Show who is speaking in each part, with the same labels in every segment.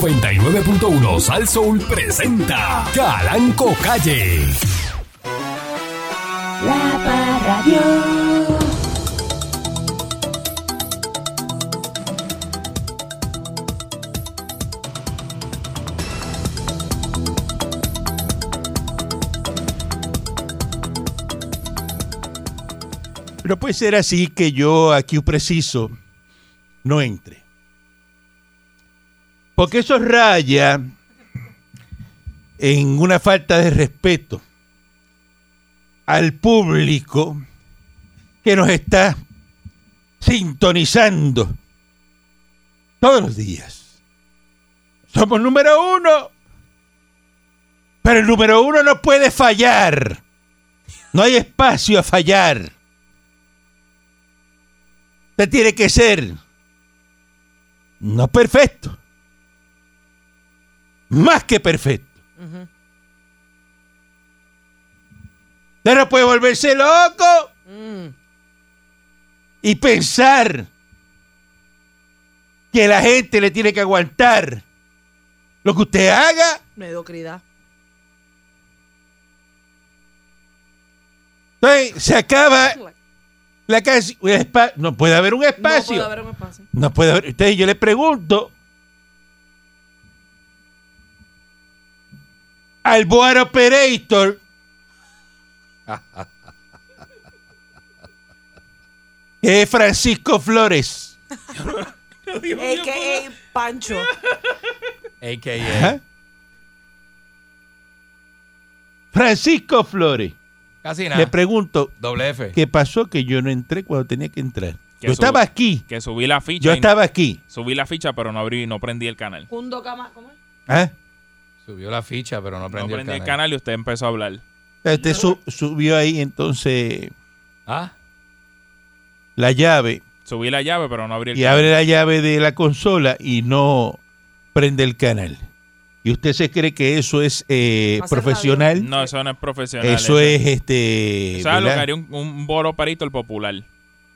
Speaker 1: 99.1 Sal Soul presenta Calanco Calle.
Speaker 2: La Parradio.
Speaker 3: Pero puede ser así que yo aquí preciso no entre. Porque eso raya en una falta de respeto al público que nos está sintonizando todos los días. Somos número uno, pero el número uno no puede fallar. No hay espacio a fallar. Usted tiene que ser no perfecto, más que perfecto. Usted no puede volverse loco y pensar que la gente le tiene que aguantar lo que usted haga.
Speaker 4: Mediocridad.
Speaker 3: Entonces, se acaba la calle. un espa- No puede haber un
Speaker 4: No
Speaker 3: espacio.
Speaker 4: puede haber un espacio.
Speaker 3: No puede haber. Entonces yo le pregunto al Boar Operator. Que es Francisco Flores.
Speaker 4: A.K.A. Pancho.
Speaker 3: Ajá. Francisco Flores.
Speaker 5: Casi
Speaker 3: Le
Speaker 5: nada.
Speaker 3: pregunto,
Speaker 5: Doble F.
Speaker 3: ¿qué pasó que yo no entré cuando tenía que entrar?
Speaker 6: Que
Speaker 3: Yo
Speaker 6: su-
Speaker 3: estaba aquí.
Speaker 6: Que subí la ficha.
Speaker 3: Yo
Speaker 6: y no-
Speaker 3: estaba aquí.
Speaker 6: Subí la ficha, pero no abrí, no prendí el canal.
Speaker 4: Kundo Kama. ¿Cómo es?
Speaker 3: ¿Ah?
Speaker 5: Subió la ficha, pero no
Speaker 6: No
Speaker 5: prendió
Speaker 6: prendí el canal y usted empezó a hablar.
Speaker 3: Usted Este su- subió ahí entonces
Speaker 5: Ah,
Speaker 3: la llave.
Speaker 6: Subí la llave, pero no abrí el
Speaker 3: y
Speaker 6: canal.
Speaker 3: abre la llave de la consola y no prende el canal. Y usted se cree que eso es eh,
Speaker 4: Hacer
Speaker 3: profesional.
Speaker 6: No, eso no es profesional.
Speaker 3: eso es este.
Speaker 6: Eso es lo que
Speaker 3: ¿verdad?
Speaker 6: haría un, un boro perito el popular.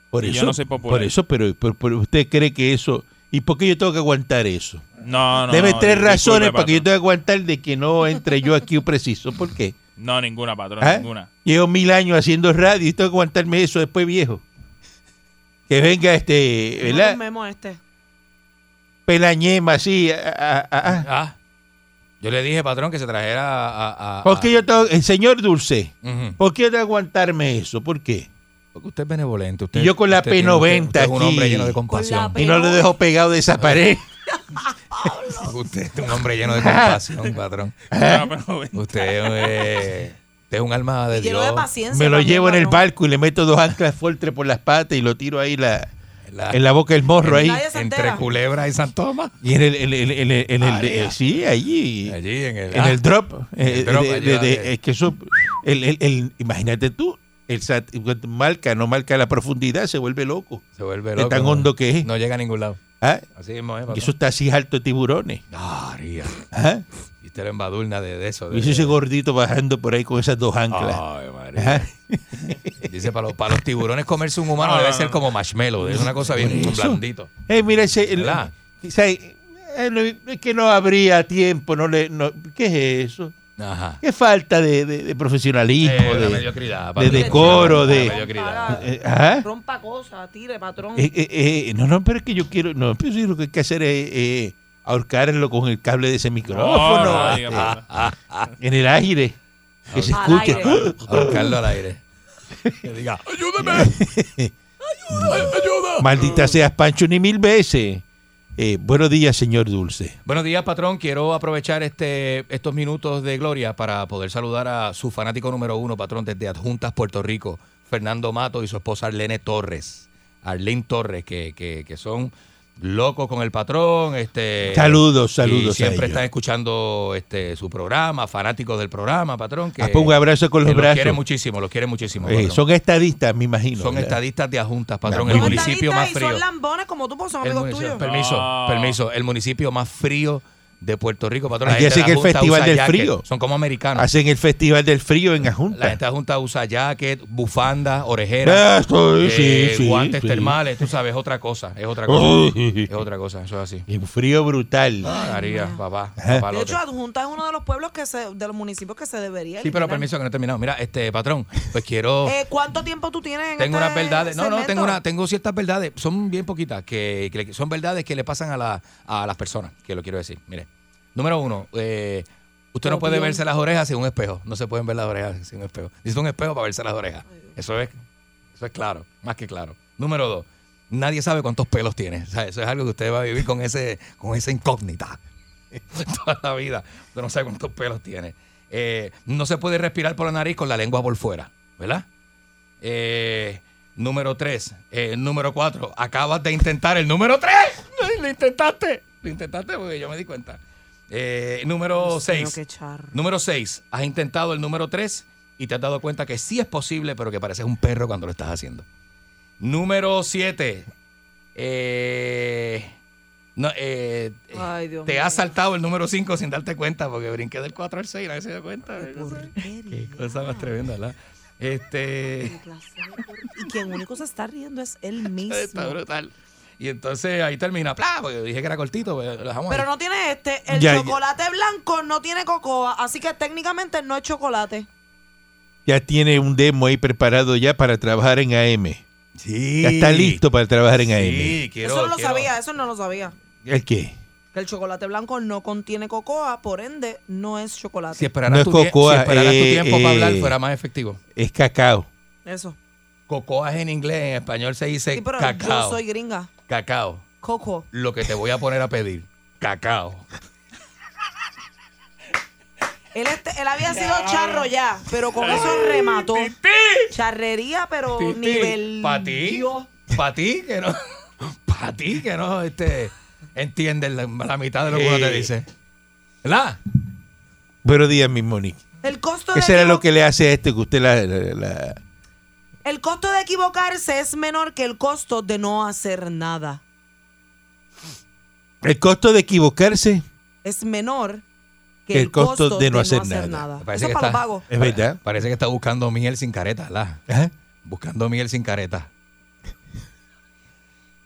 Speaker 3: por
Speaker 6: y yo
Speaker 3: eso,
Speaker 6: no soy popular.
Speaker 3: Por eso, pero, pero- pero usted cree que eso. ¿Y por qué yo tengo que aguantar eso?
Speaker 6: No, no.
Speaker 3: Debe
Speaker 6: no,
Speaker 3: tres
Speaker 6: disculpe,
Speaker 3: razones para que yo
Speaker 6: patrón.
Speaker 3: tenga que aguantar de que no entre yo aquí preciso. ¿Por qué?
Speaker 6: No, ninguna, patrón,
Speaker 3: ¿Ah?
Speaker 6: ninguna.
Speaker 3: Llevo mil años haciendo radio y tengo que aguantarme eso después viejo. Que venga este,
Speaker 4: Tengo un
Speaker 3: ¿verdad?
Speaker 4: memo este.
Speaker 3: Pelañema así. ah, ah, ah, ah.
Speaker 5: ah. Yo le dije, patrón, que se trajera a.
Speaker 6: Ah.
Speaker 5: a, a-
Speaker 3: ¿Por qué
Speaker 5: a-
Speaker 3: yo tengo. El señor Dulce.
Speaker 5: Ujú.
Speaker 3: ¿Por qué de aguantarme eso? ¿Por qué?
Speaker 5: Porque usted es benevolente. Usted,
Speaker 3: Y yo con la
Speaker 5: usted tiene-
Speaker 3: P90
Speaker 5: usted es un hombre
Speaker 3: aquí.
Speaker 5: lleno de
Speaker 4: Con
Speaker 5: compasión.
Speaker 4: la
Speaker 3: Y no lo dejo pegado de esa pared.
Speaker 5: Usted es un hombre lleno de compasión, patrón.
Speaker 3: ¿Eh?
Speaker 6: No, pero ven.
Speaker 5: Usted, eh, usted es un alma de
Speaker 4: Lleno
Speaker 5: Dios.
Speaker 4: de paciencia.
Speaker 3: Me lo
Speaker 4: también,
Speaker 3: llevo en el
Speaker 4: mano.
Speaker 3: barco y le meto dos anclas fuertes por las patas y lo tiro ahí la,
Speaker 5: La-
Speaker 3: en la boca del morro ahí.
Speaker 4: Nadie se
Speaker 5: entre
Speaker 4: entera.
Speaker 5: Culebra y San Tomás.
Speaker 3: Y en el... en el- en el- en el- eh, sí, allí.
Speaker 5: Allí en el.
Speaker 3: En
Speaker 5: ah,
Speaker 3: el drop. eh,
Speaker 5: el drop,
Speaker 3: de-
Speaker 5: allí,
Speaker 3: de- de-
Speaker 5: dale.
Speaker 3: es que eso... el- el- el- imagínate tú. El sat- marca, no marca la profundidad, se vuelve loco.
Speaker 5: se vuelve
Speaker 3: de
Speaker 5: loco.
Speaker 3: tan
Speaker 5: ¿no?
Speaker 3: hondo que es.
Speaker 5: No llega a ningún lado.
Speaker 3: ¿ah?
Speaker 5: Así mismo, ¿eh?
Speaker 3: Y
Speaker 5: patrón?
Speaker 3: eso está así alto de tiburones.
Speaker 5: Ah, María.
Speaker 3: ¿ah?
Speaker 5: Y usted lo embadurna de, de eso. de-
Speaker 3: Y ese gordito bajando por ahí con esas dos anclas. ¿ah?
Speaker 5: Ay, María.
Speaker 3: Ajá.
Speaker 5: Dice, para los, para los tiburones comerse un humano
Speaker 6: No,
Speaker 5: debe
Speaker 6: no,
Speaker 5: ser
Speaker 6: no.
Speaker 5: como marshmallow, es una cosa bien blandito.
Speaker 3: Eh, mira, ese, el-
Speaker 5: ¿Verdad?
Speaker 3: o sea, eh, no, es que no habría tiempo, no le, no- ¿qué es eso?
Speaker 5: Ajá.
Speaker 3: Qué falta de, de- de profesionalismo,
Speaker 5: Eh,
Speaker 3: de-
Speaker 5: la mediocridad.
Speaker 3: de
Speaker 5: patrón.
Speaker 3: decoro,
Speaker 5: La
Speaker 3: de-
Speaker 5: mediocridad.
Speaker 3: eh, ajá.
Speaker 4: Rompa cosas, tire, patrón.
Speaker 3: Eh, eh, eh, no, no, pero es que yo quiero, no, pero sí, lo que hay que hacer es eh, ahorcarlo con el cable de ese micrófono
Speaker 6: No, no,
Speaker 3: eh,
Speaker 6: diga, patrón.
Speaker 5: Ah,
Speaker 3: en el aire, que se
Speaker 4: Al
Speaker 3: escuche.
Speaker 4: aire.
Speaker 5: Ahorcarlo al aire. Que diga, ayúdame.
Speaker 3: Maldita seas, Pancho, ni mil veces. Eh, buenos días, señor Dulce.
Speaker 5: Buenos días, patrón. Quiero aprovechar este, estos minutos de gloria para poder saludar a su fanático número uno, patrón, desde Adjuntas, Puerto Rico, Fernando Mato y su esposa Arlene Torres. Arlene Torres, que, que- que son locos con el patrón. Este,
Speaker 3: Saludos,
Speaker 5: y
Speaker 3: saludos a
Speaker 5: siempre
Speaker 3: ellos.
Speaker 5: están escuchando este, su programa, fanáticos del programa, patrón. Que,
Speaker 3: Ah, pues un abrazo con
Speaker 5: que
Speaker 3: los
Speaker 5: los
Speaker 3: brazos.
Speaker 5: quiere muchísimo, los quiere muchísimo.
Speaker 3: Eh,
Speaker 5: patrón. son
Speaker 3: son estadistas, me imagino. ¿verdad?
Speaker 5: estadistas de Adjuntas,
Speaker 3: Ah,
Speaker 5: patrón,
Speaker 3: muy
Speaker 5: el
Speaker 4: Son
Speaker 3: bien.
Speaker 5: municipio
Speaker 4: estadistas
Speaker 5: más
Speaker 4: y
Speaker 5: frío.
Speaker 4: Son lambones como tú, porque son
Speaker 5: El
Speaker 4: amigos
Speaker 5: municipio-
Speaker 4: tuyos.
Speaker 5: Permiso,
Speaker 6: No.
Speaker 5: permiso. El municipio más frío de Puerto Rico, patrón. La
Speaker 3: Allí
Speaker 5: gente de
Speaker 3: hacen
Speaker 5: la
Speaker 3: el
Speaker 5: Junta
Speaker 3: Festival
Speaker 5: usa
Speaker 3: del
Speaker 5: jacket.
Speaker 3: Frío.
Speaker 5: Son como americanos.
Speaker 3: Hacen el Festival del Frío en
Speaker 5: La
Speaker 3: Ajunta.
Speaker 5: gente de la Junta usa jacket, bufanda, orejera,
Speaker 3: Esto, sí,
Speaker 5: eh,
Speaker 3: Ah, sí,
Speaker 5: guantes
Speaker 3: sí.
Speaker 5: termales. Tú sabes, es otra cosa. Es otra cosa.
Speaker 3: Uy,
Speaker 5: Es otra cosa. Eso es así.
Speaker 3: y un frío brutal.
Speaker 5: María, papá,
Speaker 3: Ajá.
Speaker 5: papalote.
Speaker 4: De hecho, Adjunta es uno de los pueblos que se, de los municipios que se debería.
Speaker 5: Sí, pero
Speaker 4: eliminar.
Speaker 5: permiso que no he terminado. Mira, este patrón, pues quiero.
Speaker 4: Eh, ¿Cuánto tiempo tú tienes en
Speaker 5: tengo
Speaker 4: este
Speaker 5: unas verdades. No, no,
Speaker 4: segmento?
Speaker 5: tengo una, tengo ciertas verdades. Son bien poquitas, que, que le- son verdades que le pasan a, la- a las personas, que lo quiero decir. Mire, número uno, eh, usted no puede
Speaker 4: Opinión.
Speaker 5: verse las orejas sin un espejo. No se pueden ver las orejas sin un espejo. Necesita un espejo para verse las orejas. Eso es, eso es claro, más que claro. Número dos, nadie sabe cuántos pelos tiene. O sea, eso es algo que usted va a vivir con ese, con esa incógnita toda la vida. Usted no sabe cuántos pelos tiene. Eh, no se puede respirar por la nariz con la lengua por fuera, ¿verdad? Eh, número 3. número 4. Acabas de intentar el número 3. Lo intentaste. Lo intentaste porque yo me di cuenta. Eh, número
Speaker 4: Dios mío,
Speaker 5: 6.
Speaker 4: qué charro.
Speaker 5: Número 6. Has intentado el número 3 y te has dado cuenta que sí es posible, pero que pareces un perro cuando lo estás haciendo. Número 7.
Speaker 4: Ay, Dios
Speaker 5: eh, te
Speaker 4: mío.
Speaker 5: has saltado el número 5 sin darte cuenta porque brinqué del 4 al 6 y nadie se dio cuenta.
Speaker 4: Qué
Speaker 5: Qué
Speaker 4: porquería.
Speaker 5: cosa más tremenda, ¿verdad? Este.
Speaker 4: Qué clase de por- Y quien único se está riendo es él mismo.
Speaker 5: Está brutal. Y entonces ahí termina. ¡Pla! Porque dije que era cortito, pues, lo dejamos
Speaker 4: Pero
Speaker 5: ahí.
Speaker 4: no tiene este. El
Speaker 3: Ya, ya.
Speaker 4: chocolate blanco no tiene cocoa, así que técnicamente no es chocolate.
Speaker 3: Ya tiene un demo ahí preparado ya para trabajar en AM.
Speaker 5: Sí.
Speaker 3: Ya está listo para trabajar en AM.
Speaker 5: Sí, quiero,
Speaker 4: eso no lo
Speaker 5: quiero-
Speaker 4: sabía, eso no lo sabía.
Speaker 3: ¿El qué?
Speaker 4: Que el chocolate blanco no contiene cocoa, por ende no es chocolate.
Speaker 5: Si esperaras,
Speaker 3: No es
Speaker 5: tu, tie- si
Speaker 3: cocoa,
Speaker 5: esperaras tu
Speaker 3: eh,
Speaker 5: tiempo para
Speaker 3: eh.
Speaker 5: hablar, fuera más efectivo.
Speaker 3: Es cacao.
Speaker 4: Eso.
Speaker 5: Cocoa es en inglés, en español se dice
Speaker 4: Sí, pero
Speaker 5: cacao.
Speaker 4: yo soy gringa.
Speaker 5: Cacao.
Speaker 4: Coco.
Speaker 5: Lo que te voy a poner a pedir. Cacao.
Speaker 4: Él, este- él había sido charro ya, pero con eso remató. Charrería, pero nivel.
Speaker 5: Para ti. Para ti, que no. Para ti, que no este, entiendes la, la mitad de lo que uno te
Speaker 3: Eh.
Speaker 5: dice. ¿Verdad?
Speaker 3: Buenos días, mi Monique.
Speaker 4: El costo, de
Speaker 3: Eso era
Speaker 4: equivo-
Speaker 3: lo que le hace a este que usted la... la- la-
Speaker 4: el costo de equivocarse es menor que el costo de no hacer nada.
Speaker 3: El costo de equivocarse
Speaker 4: Es menor que
Speaker 3: Que
Speaker 4: el costo, de no hacer,
Speaker 3: nada.
Speaker 4: nada.
Speaker 5: Me
Speaker 4: Eso
Speaker 5: parece
Speaker 4: es
Speaker 5: que
Speaker 4: para
Speaker 5: está-
Speaker 4: los vagos.
Speaker 3: es verdad.
Speaker 5: Parece que está buscando miel sin careta, ¿verdad?
Speaker 3: Ajá.
Speaker 5: buscando miel sin careta.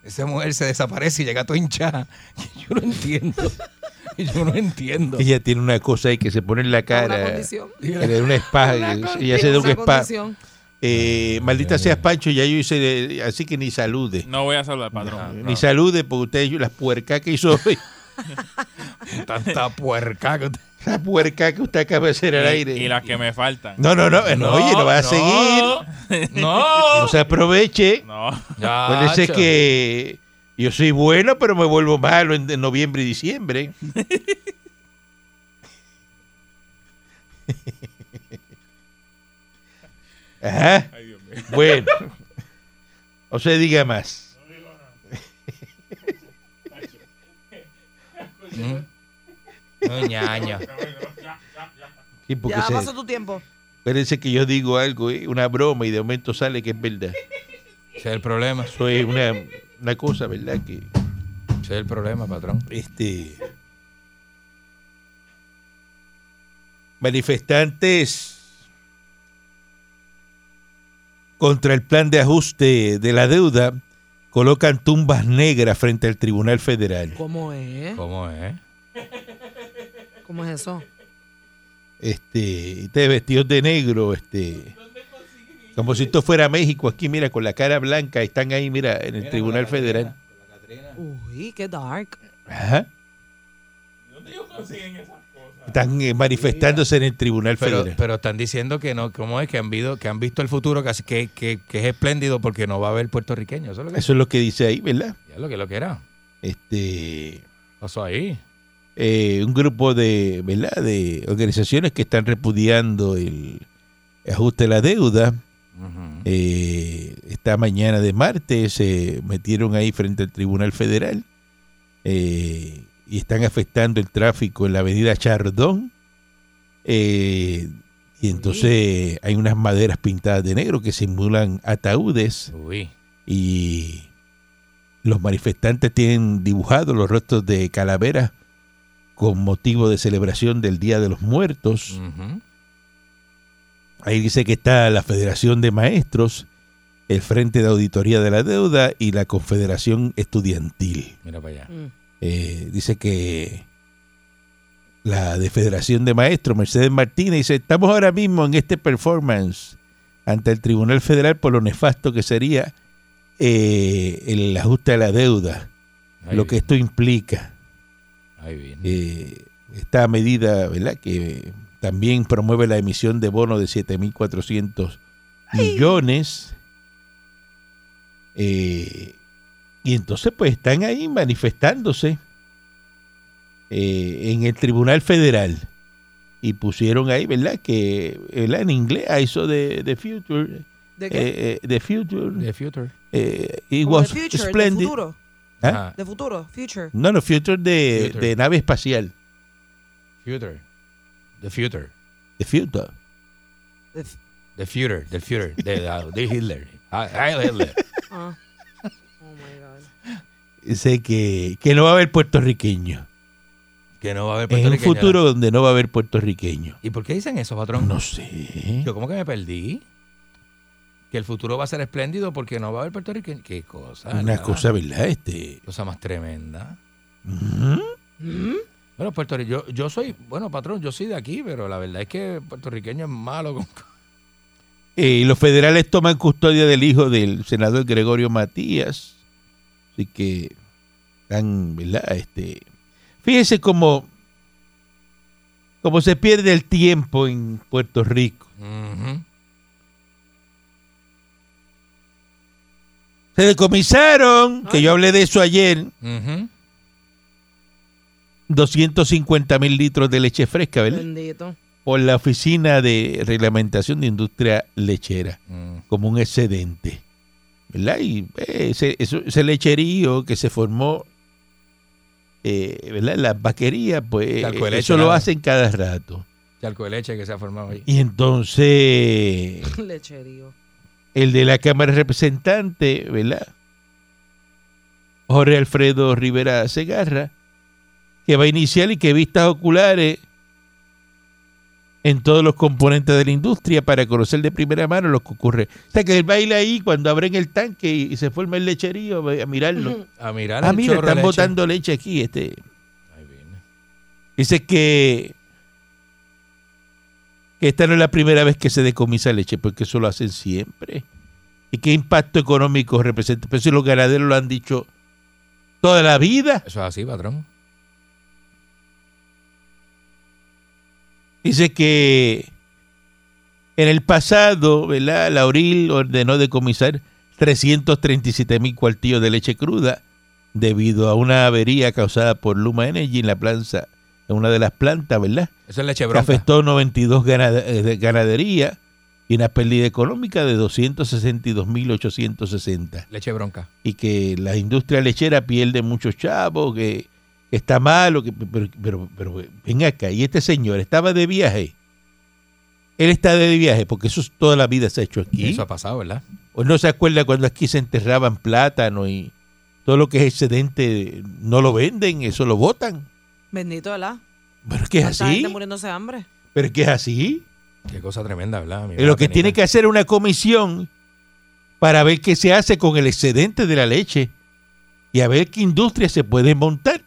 Speaker 5: Esa mujer se desaparece y llega toda hinchada. Yo no entiendo. Yo no entiendo.
Speaker 3: Ella tiene una cosa ahí que se pone en la cara.
Speaker 4: Una condición.
Speaker 3: que le da un spa. ella se da un
Speaker 4: Una
Speaker 3: spa.
Speaker 4: condición.
Speaker 3: Eh, maldita seas, Pancho, ya yo hice... eh, Así que ni salude.
Speaker 6: No voy a saludar, patrón.
Speaker 3: Ah, Ni salude porque usted, las puercas que hizo hoy,
Speaker 5: Tanta puerca. que usted-
Speaker 3: la puerca que usted acaba de hacer al
Speaker 6: Y-
Speaker 3: aire.
Speaker 6: Eh, Y las que me faltan.
Speaker 3: No, no, no, eh, no, oye, no va a
Speaker 5: no,
Speaker 3: seguir.
Speaker 5: No.
Speaker 3: No se aproveche.
Speaker 6: No.
Speaker 3: Acuérdese
Speaker 5: Chacho.
Speaker 3: Pues que yo soy bueno, pero me vuelvo malo en, en noviembre y diciembre. Ajá. Bueno. O se diga más.
Speaker 5: No, ñaño.
Speaker 3: Sí, porque
Speaker 4: Ya
Speaker 3: se-
Speaker 4: pasó tu tiempo.
Speaker 3: acuérdense que yo digo algo, eh, una broma, y de momento sale que es verdad.
Speaker 5: Ese es el problema. Ese
Speaker 3: Eso es una, una cosa, ¿verdad? Que
Speaker 5: es el problema, patrón.
Speaker 3: este manifestantes contra el plan de ajuste de la deuda colocan tumbas negras frente al Tribunal Federal.
Speaker 4: ¿Cómo es?
Speaker 5: ¿Cómo es?
Speaker 4: ¿Cómo es eso?
Speaker 3: Este, este vestidos de negro, este como si esto fuera México, aquí mira con la cara blanca, están ahí mira en el Tribunal Federal.
Speaker 4: Uy, qué dark.
Speaker 3: Ajá. Están eh, manifestándose en el Tribunal
Speaker 5: Pero,
Speaker 3: Federal.
Speaker 5: pero están diciendo que no, ¿cómo es? Que han, visto, que han visto el futuro que, que, que, que es espléndido porque no va a haber puertorriqueños. Eso es lo que,
Speaker 3: Eso es lo que dice ahí, ¿verdad?
Speaker 5: ya lo que lo que era.
Speaker 3: Este
Speaker 5: Pasó ahí.
Speaker 3: eh, un grupo de, ¿verdad? de organizaciones que están repudiando el ajuste de la deuda.
Speaker 5: Ujú.
Speaker 3: Eh, esta mañana de martes se metieron ahí frente al Tribunal Federal eh, y están afectando el tráfico en la avenida Chardón. Eh, y entonces hay unas maderas pintadas de negro que simulan ataúdes
Speaker 5: Uy.
Speaker 3: y los manifestantes tienen dibujados los rostros de calaveras con motivo de celebración del Día de los Muertos.
Speaker 5: Ujú.
Speaker 3: Ahí dice que está la Federación de Maestros, el Frente de Auditoría de la Deuda y la Confederación Estudiantil.
Speaker 5: Mira para allá.
Speaker 4: Mm.
Speaker 3: Eh, dice que la de Federación de Maestros, Mercedes Martínez, dice, estamos ahora mismo en este performance ante el Tribunal Federal por lo nefasto que sería eh, el ajuste a la deuda,
Speaker 5: Ahí
Speaker 3: lo que
Speaker 5: viene,
Speaker 3: esto implica.
Speaker 5: ahí viene.
Speaker 3: Eh, esta medida, ¿verdad? Que también promueve la emisión de bonos de 7.400 millones. Eh, y entonces, pues están ahí manifestándose eh, en el Tribunal Federal. Y pusieron ahí, ¿verdad? Que ¿verdad? en inglés, a eso de, de Future.
Speaker 4: ¿De qué?
Speaker 3: eh, eh, the Future.
Speaker 5: The future.
Speaker 3: eh, it
Speaker 4: Como de
Speaker 3: was
Speaker 4: future, De
Speaker 3: splendid.
Speaker 4: futuro,
Speaker 3: ¿Ah?
Speaker 5: Ajá.
Speaker 4: de futuro, future.
Speaker 3: No, no, Future de,
Speaker 5: Future.
Speaker 3: de nave espacial.
Speaker 5: Future. The future.
Speaker 3: The Future.
Speaker 4: De f-
Speaker 5: The future. The future. De, de- de Hitler. Ah, ah, Hitler.
Speaker 4: ah. Oh my God.
Speaker 3: Dice que, que no va a haber puertorriqueño.
Speaker 5: Que no va a haber
Speaker 3: En un
Speaker 5: puertorriqueño.
Speaker 3: futuro donde no va a haber puertorriqueño.
Speaker 5: ¿Y por qué dicen eso, patrón?
Speaker 3: No sé.
Speaker 5: Yo como que me perdí. Que el futuro va a ser espléndido porque no va a haber puertorriqueño. Qué cosa.
Speaker 3: Una
Speaker 5: ¿verdad?
Speaker 3: cosa, ¿verdad? Este.
Speaker 5: Cosa más tremenda.
Speaker 3: ujú.
Speaker 4: Mm.
Speaker 5: Bueno, Puerto Rico, yo, yo soy, bueno, patrón, yo soy de aquí, pero la verdad es que puertorriqueño es malo. con-
Speaker 3: Eh, los federales toman custodia del hijo del senador Gregorio Matías. Así que están, ¿verdad? Este. Fíjense cómo, cómo se pierde el tiempo en Puerto Rico.
Speaker 5: Ujú.
Speaker 3: Se decomisaron, que yo hablé de eso ayer,
Speaker 5: Ujú.
Speaker 3: 250 mil litros de leche fresca, ¿verdad?
Speaker 4: Bendito.
Speaker 3: por la Oficina de Reglamentación de Industria Lechera
Speaker 5: Mm.
Speaker 3: como un excedente. ¿Verdad? Y eh, ese, eso- ese lecherío que se formó, eh, ¿verdad? Las vaquerías, pues
Speaker 5: Tal cual,
Speaker 3: eso
Speaker 5: leche,
Speaker 3: lo
Speaker 5: nada.
Speaker 3: hacen cada rato.
Speaker 5: Charco de leche que se ha formado ahí.
Speaker 3: Y entonces
Speaker 4: Lecherío.
Speaker 3: el de la Cámara de Representantes, ¿verdad? Jorge Alfredo Rivera Segarra, que va a iniciar y que vistas oculares en todos los componentes de la industria para conocer de primera mano lo que ocurre. O sea, que él baila ahí cuando abren el tanque y, y se forma el lecherío va a mirarlo.
Speaker 5: A mirar
Speaker 3: Ah,
Speaker 5: el
Speaker 3: mira,
Speaker 5: chorro de
Speaker 3: están
Speaker 5: leche.
Speaker 3: botando leche aquí. Este.
Speaker 5: Ahí viene.
Speaker 3: Dice que, que esta no es la primera vez que se decomisa leche, porque eso lo hacen siempre. ¿Y qué impacto económico representa? Pero si los ganaderos lo han dicho toda la vida.
Speaker 5: Eso es así, patrón.
Speaker 3: Dice que en el pasado, ¿verdad? La Oril ordenó decomisar 337 mil cuartillos de leche cruda debido a una avería causada por Luma Energy en la planta, en una de las plantas, ¿verdad?
Speaker 5: Eso es leche
Speaker 3: que
Speaker 5: bronca.
Speaker 3: afectó 92 ganade- eh, de- ganaderías y una pérdida económica de 262.860.
Speaker 5: Leche bronca.
Speaker 3: Y que la industria lechera pierde muchos chavos, que, que está malo, que, pero, pero, pero ven acá, y este señor estaba de viaje. Él está de viaje, porque eso es- toda la vida se ha hecho aquí.
Speaker 5: Eso ha pasado, ¿verdad?
Speaker 3: ¿O no se acuerda cuando aquí se enterraban plátano y todo lo que es excedente no lo venden, eso lo botan?
Speaker 4: Bendito, ¿verdad?
Speaker 3: Pero es que es
Speaker 4: Tanta
Speaker 3: así.
Speaker 4: gente muriéndose de hambre.
Speaker 3: Pero es que es así.
Speaker 5: Qué cosa tremenda, ¿verdad? Mi
Speaker 3: Eh, Lo que
Speaker 5: madre,
Speaker 3: tiene
Speaker 5: nena.
Speaker 3: que hacer es una comisión para ver qué se hace con el excedente de la leche y a ver qué industria se puede montar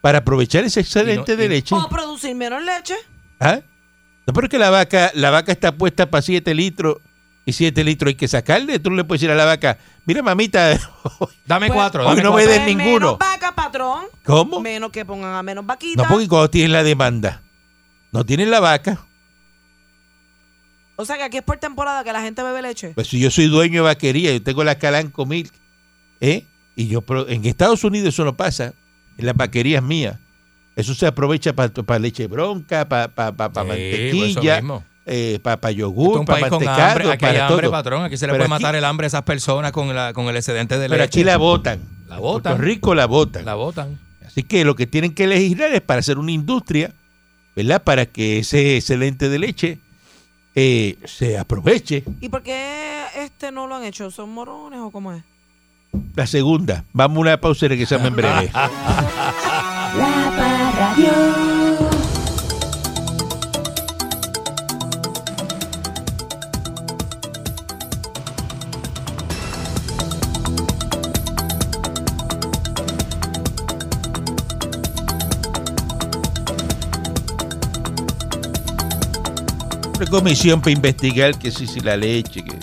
Speaker 3: para aprovechar ese excedente
Speaker 5: Y no-
Speaker 3: de
Speaker 5: y-
Speaker 3: leche.
Speaker 4: O producir menos leche.
Speaker 3: ¿Ah? No, pero es que la vaca, la vaca está puesta para 7 litros y 7 litros hay que sacarle. Tú no le puedes decir a la vaca, mira mamita,
Speaker 5: Dame
Speaker 4: Pues-
Speaker 5: cuatro,
Speaker 3: Hoy
Speaker 5: dame
Speaker 3: no me
Speaker 5: cuatro.
Speaker 3: de-
Speaker 4: Pues
Speaker 3: ninguno.
Speaker 4: Menos vaca, patrón.
Speaker 3: ¿cómo?
Speaker 4: Menos que pongan a menos
Speaker 3: No,
Speaker 4: vaquitas.
Speaker 3: porque cuando tienes la demanda, no tienes la vaca.
Speaker 4: O sea que aquí es por temporada que la gente bebe leche.
Speaker 3: Pues si yo soy dueño de vaquería, yo tengo la Calanco Milk, ¿eh? Y yo, pro- en Estados Unidos eso no pasa, en las vaquerías mías. Eso se aprovecha para leche bronca, para
Speaker 5: Sí, pues eso
Speaker 3: mantequilla,
Speaker 5: mismo.
Speaker 3: para
Speaker 5: Esto es
Speaker 3: yogur,
Speaker 5: un
Speaker 3: para
Speaker 5: país con hambre.
Speaker 3: mantecado,
Speaker 5: Aquí hay
Speaker 3: para
Speaker 5: hambre,
Speaker 3: todo.
Speaker 5: patrón. Aquí se le
Speaker 3: Pero
Speaker 5: puede
Speaker 3: aquí-
Speaker 5: matar el hambre a esas personas con, la, con el excedente de
Speaker 3: Pero
Speaker 5: leche.
Speaker 3: aquí la botan.
Speaker 5: La
Speaker 3: En
Speaker 5: botan.
Speaker 3: Puerto Rico la botan.
Speaker 5: La botan.
Speaker 3: Así que lo que tienen que legislar es para hacer una industria, ¿verdad? Para que ese excedente de leche eh, se aproveche.
Speaker 4: ¿Y por qué este no lo han hecho? ¿Son morones o cómo es?
Speaker 3: La segunda. Vamos a una pausa y regresamos en breve.
Speaker 2: La Parradio.
Speaker 3: Una comisión para investigar que sí, sí, la leche. Que...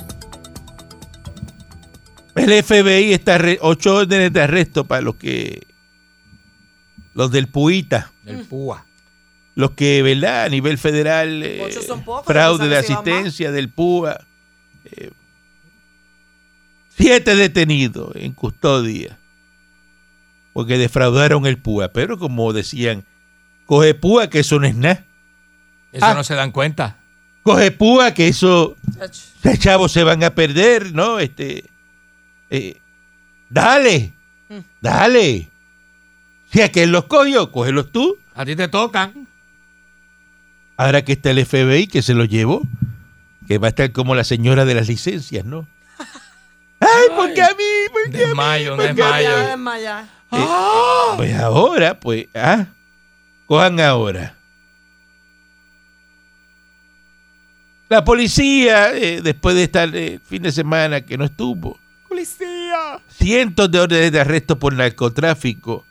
Speaker 3: El FBI está arre- ocho órdenes de arresto para los que. Los del Puita.
Speaker 5: El púa.
Speaker 3: Los que, ¿verdad? A nivel federal. eh,
Speaker 4: Ocho son pocos,
Speaker 3: fraude
Speaker 4: no
Speaker 3: de
Speaker 4: sabe si van más.
Speaker 3: asistencia del PUA. eh, siete detenidos en custodia. Porque defraudaron el PUA. Pero como decían, coge PUA que eso no es nada.
Speaker 5: Eso
Speaker 3: Ah.
Speaker 5: no se dan cuenta.
Speaker 3: Coge púa, que eso,
Speaker 4: Ach.
Speaker 3: los chavos se van a perder, ¿no? Este, eh, dale,
Speaker 4: Mm.
Speaker 3: dale. Si aquel los cogió, cógelos tú.
Speaker 5: A ti te tocan.
Speaker 3: Ahora que está el FBI que se los llevó, que va a estar como la señora de las licencias, ¿no? Ay, ¿por qué a mí? ¿Por qué a mí?
Speaker 5: Desmayo,
Speaker 3: ¿Por qué a mí?
Speaker 5: desmayo.
Speaker 4: Ya, desmayar.
Speaker 3: Eh, Pues ahora, pues, ah, cojan ahora. La policía, eh, después de estar eh, fin de semana que no estuvo,
Speaker 5: Policía.
Speaker 3: cientos de órdenes de arresto por narcotráfico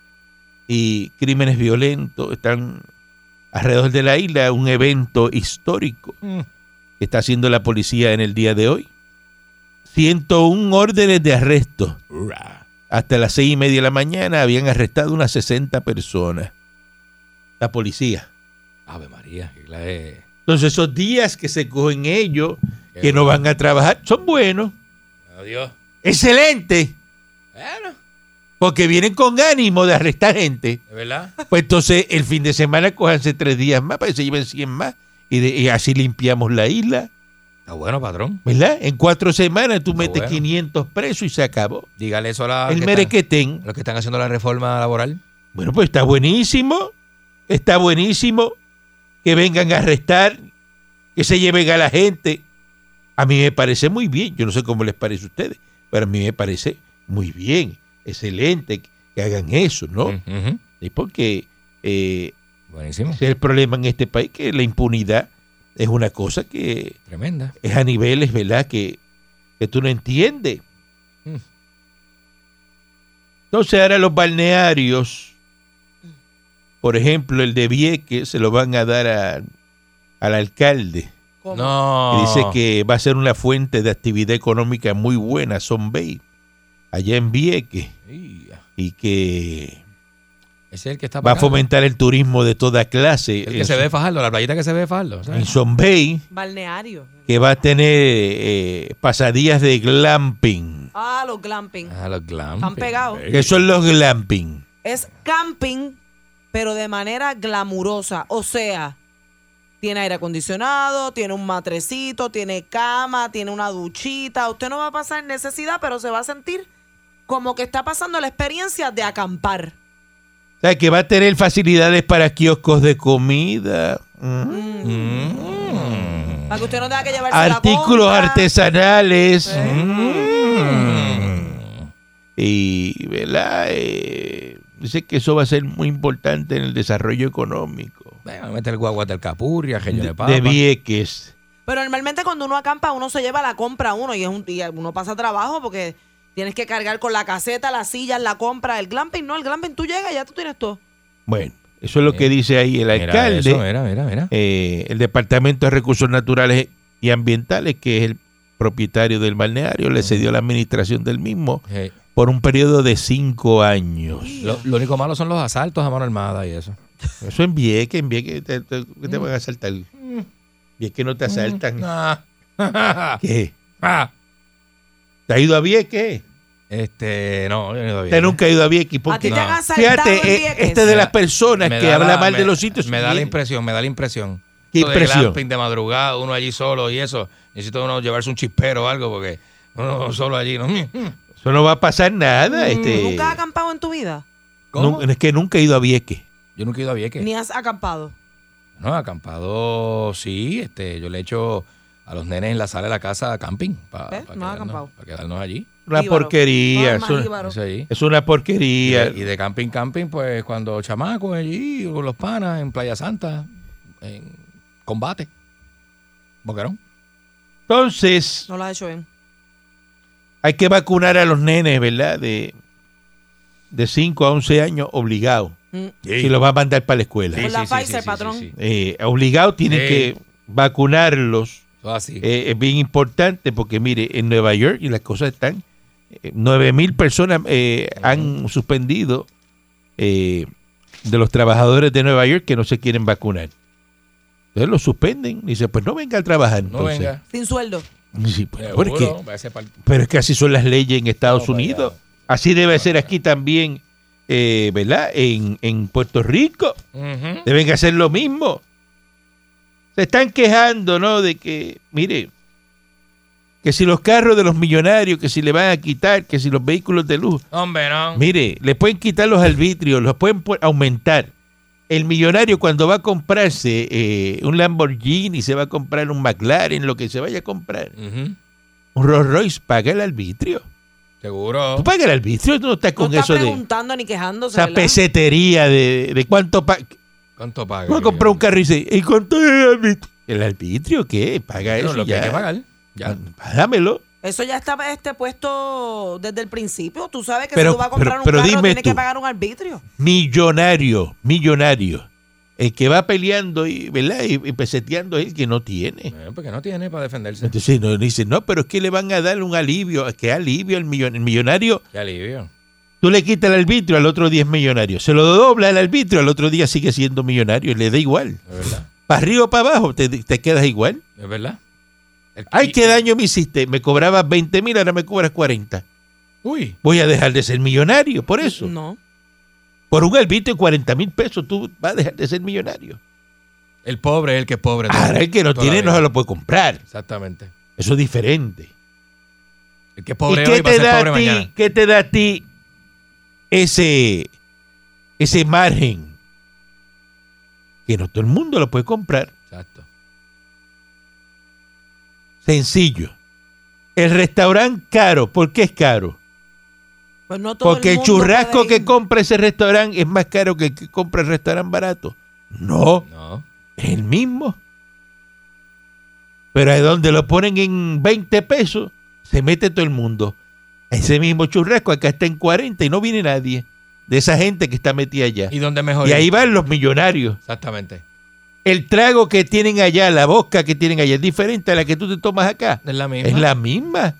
Speaker 3: y crímenes violentos están alrededor de la isla, un evento histórico
Speaker 5: Mm.
Speaker 3: que está haciendo la policía en el día de hoy. 101 órdenes de arresto. Hasta las seis y media de la mañana habían arrestado unas 60 personas. La policía.
Speaker 5: Ave María, que la de-
Speaker 3: Entonces esos días que se cogen ellos,
Speaker 5: Qué
Speaker 3: que no
Speaker 5: bueno.
Speaker 3: van a trabajar, son buenos.
Speaker 5: Adiós.
Speaker 3: Excelente.
Speaker 5: Bueno,
Speaker 3: Porque vienen con ánimo de arrestar gente.
Speaker 5: de verdad.
Speaker 3: Pues entonces el fin de semana cojanse tres días más para que se lleven 100 más. Y, de- y así limpiamos la isla.
Speaker 5: Está Ah, bueno, patrón.
Speaker 3: ¿Verdad? En cuatro semanas tú
Speaker 5: Ah,
Speaker 3: metes
Speaker 5: bueno.
Speaker 3: 500 presos y se acabó.
Speaker 5: Dígale eso a, la,
Speaker 3: el
Speaker 5: que están,
Speaker 3: merequetén.
Speaker 5: a los que están haciendo la reforma laboral.
Speaker 3: Bueno, pues está buenísimo. Está buenísimo que vengan a arrestar, que se lleven a la gente. A mí me parece muy bien. Yo no sé cómo les parece a ustedes, pero a mí me parece muy bien. Excelente que- que hagan eso, ¿no?
Speaker 5: Oh. Ujú.
Speaker 3: Y porque eh,
Speaker 5: Buenísimo.
Speaker 3: ese es el problema en este país, que la impunidad es una cosa que
Speaker 5: Tremenda.
Speaker 3: es a niveles, ¿verdad? Que, que tú no entiendes.
Speaker 5: Mm.
Speaker 3: Entonces ahora los balnearios, por ejemplo, el de Vieques, se lo van a dar a- al alcalde.
Speaker 4: ¿Cómo?
Speaker 5: No.
Speaker 3: que dice
Speaker 5: Ah.
Speaker 3: que va a ser una fuente de actividad económica muy buena, Son Bay, allá en Vieques,
Speaker 5: Ia.
Speaker 3: y que
Speaker 5: Ese es el que está
Speaker 3: va a
Speaker 5: pagando.
Speaker 3: fomentar el turismo de toda clase
Speaker 5: Ah, El
Speaker 3: en
Speaker 5: que se
Speaker 3: Son-
Speaker 5: ve fajarlo, la playita que se ve ¿eh? fajarlo.
Speaker 3: en
Speaker 5: ¿sabes?
Speaker 3: Son Bay,
Speaker 4: Balneario.
Speaker 3: que va a tener eh, pasadías de glamping.
Speaker 4: Ah, los glamping.
Speaker 5: Ah, los glam.
Speaker 4: Están pegados.
Speaker 3: ¿Qué son los glamping?
Speaker 4: Es camping, pero de manera glamurosa. O sea, tiene aire acondicionado, tiene un matrecito, tiene cama, tiene una duchita. Usted no va a pasar necesidad, pero se va a sentir como que está pasando la experiencia de acampar.
Speaker 3: O sea, que va a tener facilidades para kioscos de comida, mm,
Speaker 4: Para que usted no tenga que llevarse
Speaker 3: artículos
Speaker 4: la compra.
Speaker 3: artesanales mm, y, ¿verdad? Eh, dice que eso va a ser muy importante en el desarrollo económico
Speaker 5: Venga, mete el guagua del capurria, que yo
Speaker 3: de,
Speaker 5: le papa.
Speaker 3: de Vieques.
Speaker 4: Pero normalmente cuando uno acampa, uno se lleva la compra a uno y es un y uno pasa trabajo porque tienes que cargar con la caseta, las sillas, la compra, el glamping, no, el glamping tú llegas y ya tú tienes todo.
Speaker 3: Bueno, eso es lo que dice ahí el
Speaker 5: Eh, Mira
Speaker 3: alcalde,
Speaker 5: eso, mira, mira, mira.
Speaker 3: eh, el Departamento de Recursos Naturales y Ambientales, que es el propietario del balneario,
Speaker 5: Mm.
Speaker 3: le cedió la administración del mismo
Speaker 5: Hey.
Speaker 3: por un periodo de cinco años.
Speaker 5: Pues, Lo, lo único malo son los asaltos a mano armada y eso.
Speaker 3: Eso en Vieques, en Vieques te, te- que te van a asaltar. Vieques no te asaltan.
Speaker 5: Ah.
Speaker 3: ¿Qué?
Speaker 5: Ah.
Speaker 3: ¿Te has ido a Vieques?
Speaker 5: Este, no, yo no he ido bien.
Speaker 3: Te nunca has ido a Vieques.
Speaker 4: A ti
Speaker 3: Porque,
Speaker 4: te han
Speaker 5: No.
Speaker 4: asaltado
Speaker 3: fíjate,
Speaker 4: en
Speaker 3: eh,
Speaker 4: Vieques.
Speaker 3: este de
Speaker 5: Me
Speaker 3: las
Speaker 5: da-
Speaker 3: personas
Speaker 5: Me
Speaker 3: que
Speaker 5: da
Speaker 3: habla
Speaker 5: la-
Speaker 3: mal de
Speaker 5: me-
Speaker 3: los sitios.
Speaker 5: Me da la
Speaker 3: sí.
Speaker 5: impresión, me da la impresión.
Speaker 3: ¿Qué
Speaker 5: Esto de
Speaker 3: impresión?
Speaker 5: glamping de madrugada, uno allí solo y eso. Necesita uno llevarse un chispero o algo porque uno solo allí, ¿no?
Speaker 3: Eso no va a pasar nada. Este,
Speaker 4: ¿Nunca has acampado en tu vida?
Speaker 5: ¿Cómo?
Speaker 3: nu- es que nunca he ido a Vieques.
Speaker 5: Yo nunca he ido a Vieques.
Speaker 4: Ni has acampado.
Speaker 5: No, acampado sí, este, yo le echo a los nenes en la sala de la casa camping para
Speaker 4: ¿Ves? ¿Eh? No has acampado.
Speaker 5: quedarnos, pa' quedarnos allí.
Speaker 3: Una
Speaker 4: Jíbaro.
Speaker 3: porquería.
Speaker 4: No,
Speaker 3: es, una,
Speaker 4: Jíbaro.
Speaker 5: Eso allí.
Speaker 3: es una
Speaker 5: Y
Speaker 3: porquería.
Speaker 5: de, y de camping camping, pues cuando chamacos allí, con los panas en Playa Santa, en combate. Boquerón.
Speaker 3: Entonces,
Speaker 4: No lo has hecho bien.
Speaker 3: hay que vacunar a los nenes, ¿verdad? De, de 5 a 11 años obligado.
Speaker 4: Mm.
Speaker 3: Si los va a mandar para la escuela.
Speaker 4: Con la Pfizer, patrón.
Speaker 3: Eh, obligado tienen
Speaker 5: Sí.
Speaker 3: que vacunarlos
Speaker 5: Eso es así.
Speaker 3: eh, es bien importante porque, mire, en Nueva York y las cosas están, eh, nueve mil personas eh, han suspendido eh, de los trabajadores de Nueva York que no se quieren vacunar. Entonces los suspenden y dicen, pues no venga a trabajar.
Speaker 5: no
Speaker 3: entonces.
Speaker 5: venga.
Speaker 4: Sin sueldo.
Speaker 3: Sí, pues, ¿por qué?
Speaker 5: Seguro, parece pal-
Speaker 3: Pero es que así son las leyes en Estados
Speaker 5: No, para
Speaker 3: Unidos. Así debe ser aquí también, eh, ¿verdad? En, en Puerto Rico
Speaker 5: Ujú.
Speaker 3: deben que hacer lo mismo. Se están quejando, ¿no? De que, mire, que si los carros de los millonarios, que si le van a quitar, que si los vehículos de luz,
Speaker 5: Hombre, no.
Speaker 3: mire, le pueden quitar los arbitrios, los pueden pu- aumentar. El millonario cuando va a comprarse eh, un Lamborghini, se va a comprar un McLaren, lo que se vaya a comprar,
Speaker 5: Ujú.
Speaker 3: un Rolls Royce paga el arbitrio.
Speaker 5: Seguro.
Speaker 3: Tú pagas el arbitrio, tú no estás
Speaker 4: No
Speaker 3: con
Speaker 4: está
Speaker 3: eso de
Speaker 4: preguntando ni quejándose.
Speaker 3: esa
Speaker 4: ¿verdad?
Speaker 3: pesetería de, de cuánto paga.
Speaker 5: ¿Cuánto paga?
Speaker 3: Uno compra un carro y dice, ¿y cuánto es el arbitrio? ¿El arbitrio qué? Paga
Speaker 5: Pero
Speaker 3: eso
Speaker 5: lo que
Speaker 3: ya.
Speaker 5: hay que pagar. Ya.
Speaker 3: Ah, Dámelo.
Speaker 4: Eso ya está este puesto desde el principio. Tú sabes que
Speaker 3: Pero-
Speaker 4: si tú vas a comprar
Speaker 3: pero-
Speaker 4: un
Speaker 3: pero
Speaker 4: carro
Speaker 3: dime
Speaker 4: tienes
Speaker 3: tú.
Speaker 4: que pagar un arbitrio.
Speaker 3: Millonario, millonario. El que va peleando y, ¿verdad? y, y peseteando es el que no tiene.
Speaker 5: Eh, porque no tiene para defenderse.
Speaker 3: Entonces no, dice, no, pero es que le van a dar un alivio. ¿Qué alivio al millon- el millonario?
Speaker 5: Qué alivio.
Speaker 3: Tú le quitas el arbitrio al otro día es millonario. Se lo dobla el arbitrio, al otro día sigue siendo millonario. Le da igual.
Speaker 5: Es verdad.
Speaker 3: Para arriba o para abajo te- te quedas igual.
Speaker 5: Es verdad. El-
Speaker 3: Ay,
Speaker 5: y-
Speaker 3: qué daño me hiciste. Me cobrabas 20 mil, ahora me cobras 40.
Speaker 5: Uy.
Speaker 3: Voy a dejar de ser millonario por eso.
Speaker 4: No.
Speaker 3: Por un albito de 40 mil pesos tú vas a dejar de ser millonario.
Speaker 5: El pobre es el que es pobre.
Speaker 3: Ahora el que no
Speaker 5: Toda la
Speaker 3: tiene no
Speaker 5: vida.
Speaker 3: se lo puede comprar.
Speaker 5: Exactamente.
Speaker 3: Eso es diferente.
Speaker 5: El que es pobre
Speaker 3: ¿Y
Speaker 5: hoy
Speaker 3: qué
Speaker 5: va a
Speaker 3: te,
Speaker 5: ser
Speaker 3: da
Speaker 5: pobre
Speaker 3: a ti,
Speaker 5: mañana.
Speaker 3: qué te da a ti ese, ese margen? Que no todo el mundo lo puede comprar.
Speaker 5: Exacto.
Speaker 3: Sencillo. El restaurante caro. ¿Por qué es caro?
Speaker 4: Pues no todo
Speaker 3: Porque el,
Speaker 4: mundo
Speaker 3: churrasco
Speaker 4: puede
Speaker 3: que
Speaker 4: ir.
Speaker 3: compra ese restaurante es más caro que el que compra el restaurante barato. No,
Speaker 5: No.
Speaker 3: es el mismo. Pero es donde lo ponen en 20 pesos, se mete todo el mundo. Ese mismo churrasco acá está en 40 y no viene nadie de esa gente que está metida allá.
Speaker 5: ¿Y dónde mejor?
Speaker 3: Y
Speaker 5: ir?
Speaker 3: ahí van los millonarios.
Speaker 5: Exactamente.
Speaker 3: El trago que tienen allá, la boca que tienen allá, es diferente a la que tú te tomas acá.
Speaker 5: Es la misma.
Speaker 3: Es la misma.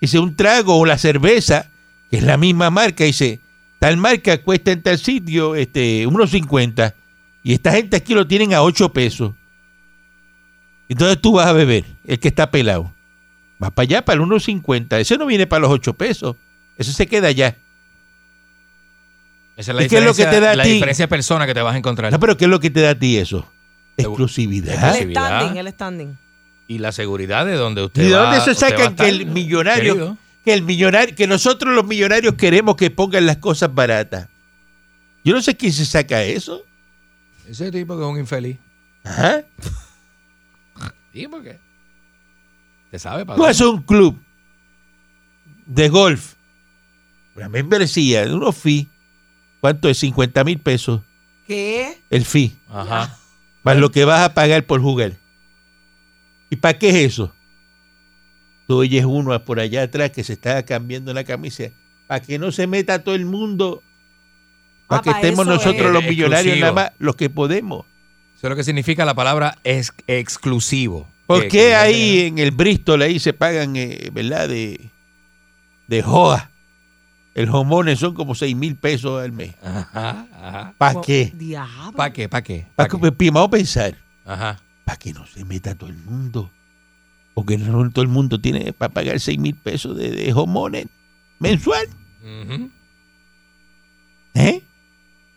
Speaker 3: Dice un trago o la cerveza, que es la misma marca, dice, tal marca cuesta en tal sitio este, 1.50 y esta gente aquí lo tienen a 8 pesos. Entonces tú vas a beber, el que está pelado. Vas para allá, para el 1.50. Ese no viene para los 8 pesos. Eso se queda allá.
Speaker 5: Esa es la
Speaker 3: ¿Y qué es lo que
Speaker 5: diferencia-
Speaker 3: te da a
Speaker 5: La
Speaker 3: ti?
Speaker 5: diferencia de persona que te vas a encontrar.
Speaker 3: No, pero ¿qué es lo que te da a ti eso?
Speaker 5: Te-
Speaker 3: Exclusividad.
Speaker 4: El
Speaker 5: Exclusividad.
Speaker 4: standing, el standing.
Speaker 5: Y la seguridad de donde usted
Speaker 3: ¿Y de
Speaker 5: va-
Speaker 3: dónde se
Speaker 5: usted va a
Speaker 3: sacan que
Speaker 5: estar,
Speaker 3: el millonario
Speaker 5: querido?
Speaker 3: que el millonario, que nosotros los millonarios queremos que pongan las cosas baratas. Yo no sé quién se saca eso.
Speaker 5: Ese tipo que es un infeliz.
Speaker 3: Ajá.
Speaker 5: Sí, porque. Te sabe,
Speaker 3: Tú
Speaker 5: para
Speaker 3: haces un club de golf, una membresía, unos fee. ¿Cuánto es? 50 mil pesos
Speaker 4: ¿Qué?
Speaker 3: el fee,
Speaker 5: Ajá.
Speaker 3: más lo que vas a pagar por jugar. ¿Y para qué es eso? Tú oyes uno por allá atrás que se está cambiando la camisa. Para que no se meta todo el mundo. Para
Speaker 4: Ah,
Speaker 3: que
Speaker 4: pa'
Speaker 3: estemos
Speaker 4: eso
Speaker 3: nosotros
Speaker 5: es.
Speaker 3: los millonarios
Speaker 5: Exclusivo.
Speaker 3: nada más, los que podemos.
Speaker 5: Eso es lo que significa la palabra ex- exclusivo.
Speaker 3: ¿Por
Speaker 5: Que-
Speaker 3: qué
Speaker 5: que-
Speaker 3: ahí en el Bristol ahí se pagan, eh, verdad, de, de joa? El homones son como 6 mil pesos al mes.
Speaker 5: Ajá, ajá.
Speaker 3: ¿Para
Speaker 4: Como-
Speaker 3: qué?
Speaker 4: Diablo.
Speaker 5: ¿Para qué? ¿Para qué?
Speaker 3: Pa'
Speaker 5: ¿Pa'
Speaker 3: que-
Speaker 5: qué?
Speaker 3: pi- Vamos a pensar,
Speaker 5: Ajá.
Speaker 3: para que no se meta todo el mundo. Porque no todo el mundo tiene para pagar 6 mil pesos de, de homones mensual.
Speaker 5: Ujú.
Speaker 3: ¿eh?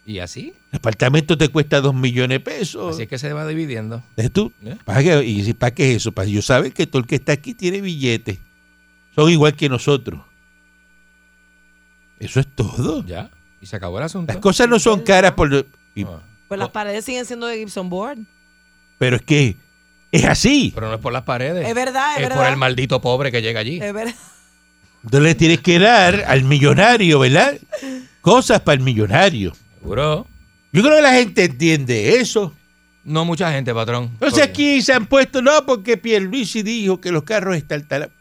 Speaker 5: Y así.
Speaker 3: El apartamento te cuesta 2 millones de pesos.
Speaker 5: Así es que se va dividiendo.
Speaker 3: ¿Ves tú?
Speaker 5: ¿Eh?
Speaker 3: ¿Para qué? Y dice, ¿para qué es eso? Para yo saber que todo el que está aquí tiene billetes. Son igual que nosotros. Eso es todo.
Speaker 5: Ya. Y se acabó el asunto.
Speaker 3: Las cosas no son caras, por, y-
Speaker 5: Ah.
Speaker 4: Pues las paredes siguen siendo de Gibson Board.
Speaker 3: pero es que es así.
Speaker 5: Pero no es por las paredes.
Speaker 4: Es verdad, Ah, es,
Speaker 5: Es
Speaker 4: verdad. Eh.
Speaker 5: por el maldito pobre que llega allí.
Speaker 4: Es verdad.
Speaker 3: Entonces le tienes que dar al millonario, ¿verdad? Cosas para el millonario.
Speaker 5: Seguro.
Speaker 3: Yo creo que la gente entiende eso.
Speaker 5: No mucha gente, patrón.
Speaker 3: Entonces aquí se han puesto, no, porque Pierluisi dijo que los carros están tal.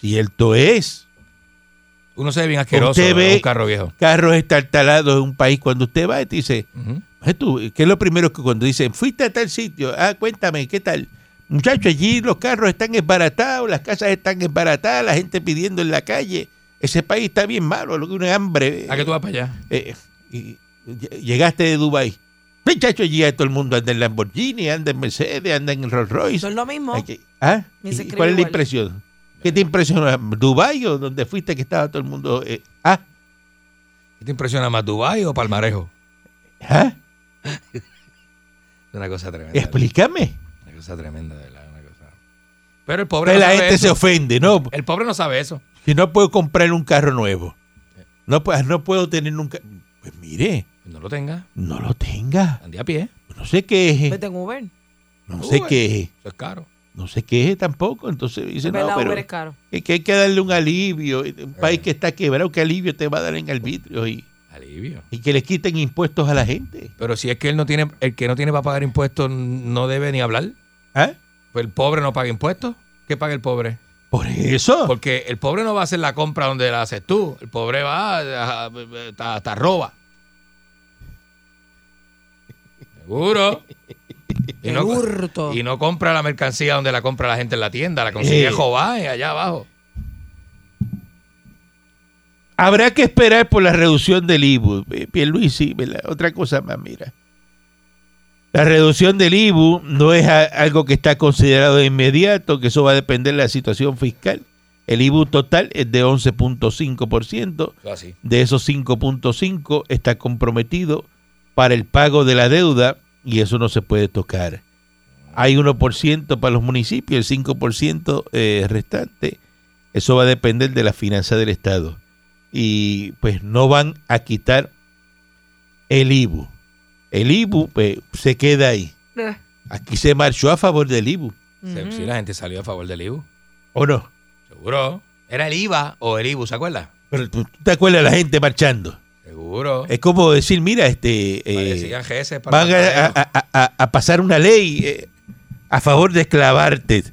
Speaker 3: Cierto es.
Speaker 5: Uno se ve bien asqueroso
Speaker 3: Usted
Speaker 5: en
Speaker 3: ve-
Speaker 5: un carro viejo.
Speaker 3: Carros estartalados en un país. Cuando usted va y te dice,
Speaker 5: Ujú.
Speaker 3: "Ay, tú, ¿qué es lo primero que cuando dicen, fuiste a tal sitio? Ah, cuéntame, ¿qué tal? Muchachos, allí los carros están esbaratados, las casas están esbaratadas, la gente pidiendo en la calle. Ese país está bien malo, lo que una hambre.
Speaker 5: ¿A qué tú vas para allá?
Speaker 3: Eh, y- y- llegaste de Dubái. Muchachos, allí todo el mundo anda en Lamborghini, anda en Mercedes, anda en Rolls Royce.
Speaker 4: Eso es lo mismo.
Speaker 3: Aquí- ¿Ah?
Speaker 4: Ni se
Speaker 3: ¿Y
Speaker 4: escribe
Speaker 3: ¿Cuál es la
Speaker 4: igual.
Speaker 3: impresión? ¿Qué te impresiona? ¿Dubái o donde fuiste que estaba todo el mundo? eh, ¿Ah?
Speaker 5: ¿Qué ¿Te impresiona más Dubái o Palmarejo?
Speaker 3: ¿Ah?
Speaker 5: Es Una cosa tremenda.
Speaker 3: Explícame.
Speaker 5: Una cosa tremenda, de verdad. Una cosa... Pero el pobre
Speaker 3: Entonces
Speaker 5: no
Speaker 3: la
Speaker 5: sabe
Speaker 3: gente se
Speaker 5: eso.
Speaker 3: ofende, ¿no?
Speaker 5: El pobre no sabe eso.
Speaker 3: Si no puedo comprar un carro nuevo. No, pu- no puedo tener nunca. Pues mire,
Speaker 5: No lo tenga.
Speaker 3: no lo tenga.
Speaker 5: Andé a pie.
Speaker 3: No sé qué es.
Speaker 4: Vete en Uber.
Speaker 3: No sé qué es.
Speaker 5: Eso es caro.
Speaker 3: No sé qué es tampoco. Entonces dice,
Speaker 4: En
Speaker 3: no,
Speaker 4: verdad,
Speaker 3: pero
Speaker 4: Uber es caro.
Speaker 3: es que hay que darle un alivio. Un país
Speaker 5: Eh.
Speaker 3: que está quebrado, ¿qué alivio te va a dar en arbitrio? Y,
Speaker 5: Alivio.
Speaker 3: y que les quiten impuestos a la gente.
Speaker 5: Pero si es que él no tiene, el que no tiene para pagar impuestos no debe ni hablar.
Speaker 3: ¿Ah?
Speaker 5: Pues el pobre no paga impuestos. ¿Qué paga el pobre?
Speaker 3: Por eso.
Speaker 5: Porque el pobre no va a hacer la compra donde la haces tú. El pobre va a- a- hasta hasta roba. Seguro. Y
Speaker 4: El
Speaker 5: no,
Speaker 4: hurto.
Speaker 5: y no compra la mercancía donde la compra la gente en la tienda. La consigue
Speaker 3: Eh.
Speaker 5: Jobá eh, allá abajo.
Speaker 3: Habrá que esperar por la reducción del IBU. Eh, Pierluisi, ¿verdad? Otra cosa más, mira. La reducción del IBU no es a- algo que está considerado de inmediato, que eso va a depender de la situación fiscal. El IBU total es de 11.5%.
Speaker 5: Eso así.
Speaker 3: De esos 5.5 está comprometido para el pago de la deuda y eso no se puede tocar. Hay 1% para los municipios, el 5% eh, restante. Eso va a depender de la finanza del Estado. Y pues no van a quitar el IBU. El IBU pues, se queda ahí.
Speaker 4: Eh.
Speaker 3: Aquí se marchó a favor del IBU,
Speaker 5: Se-
Speaker 4: Ujú.
Speaker 5: Sí, la gente salió a favor del IBU.
Speaker 3: ¿o no?
Speaker 5: Seguro. Era el IVA o el IBU, ¿se acuerda?
Speaker 3: Pero tú tú te acuerdas de la gente marchando.
Speaker 5: Seguro.
Speaker 3: Es como decir, mira, este... eh,
Speaker 5: Parecían jefes para
Speaker 3: van a,
Speaker 5: Palmarejo.
Speaker 3: a- a- a- a pasar una ley eh, a favor de clavarte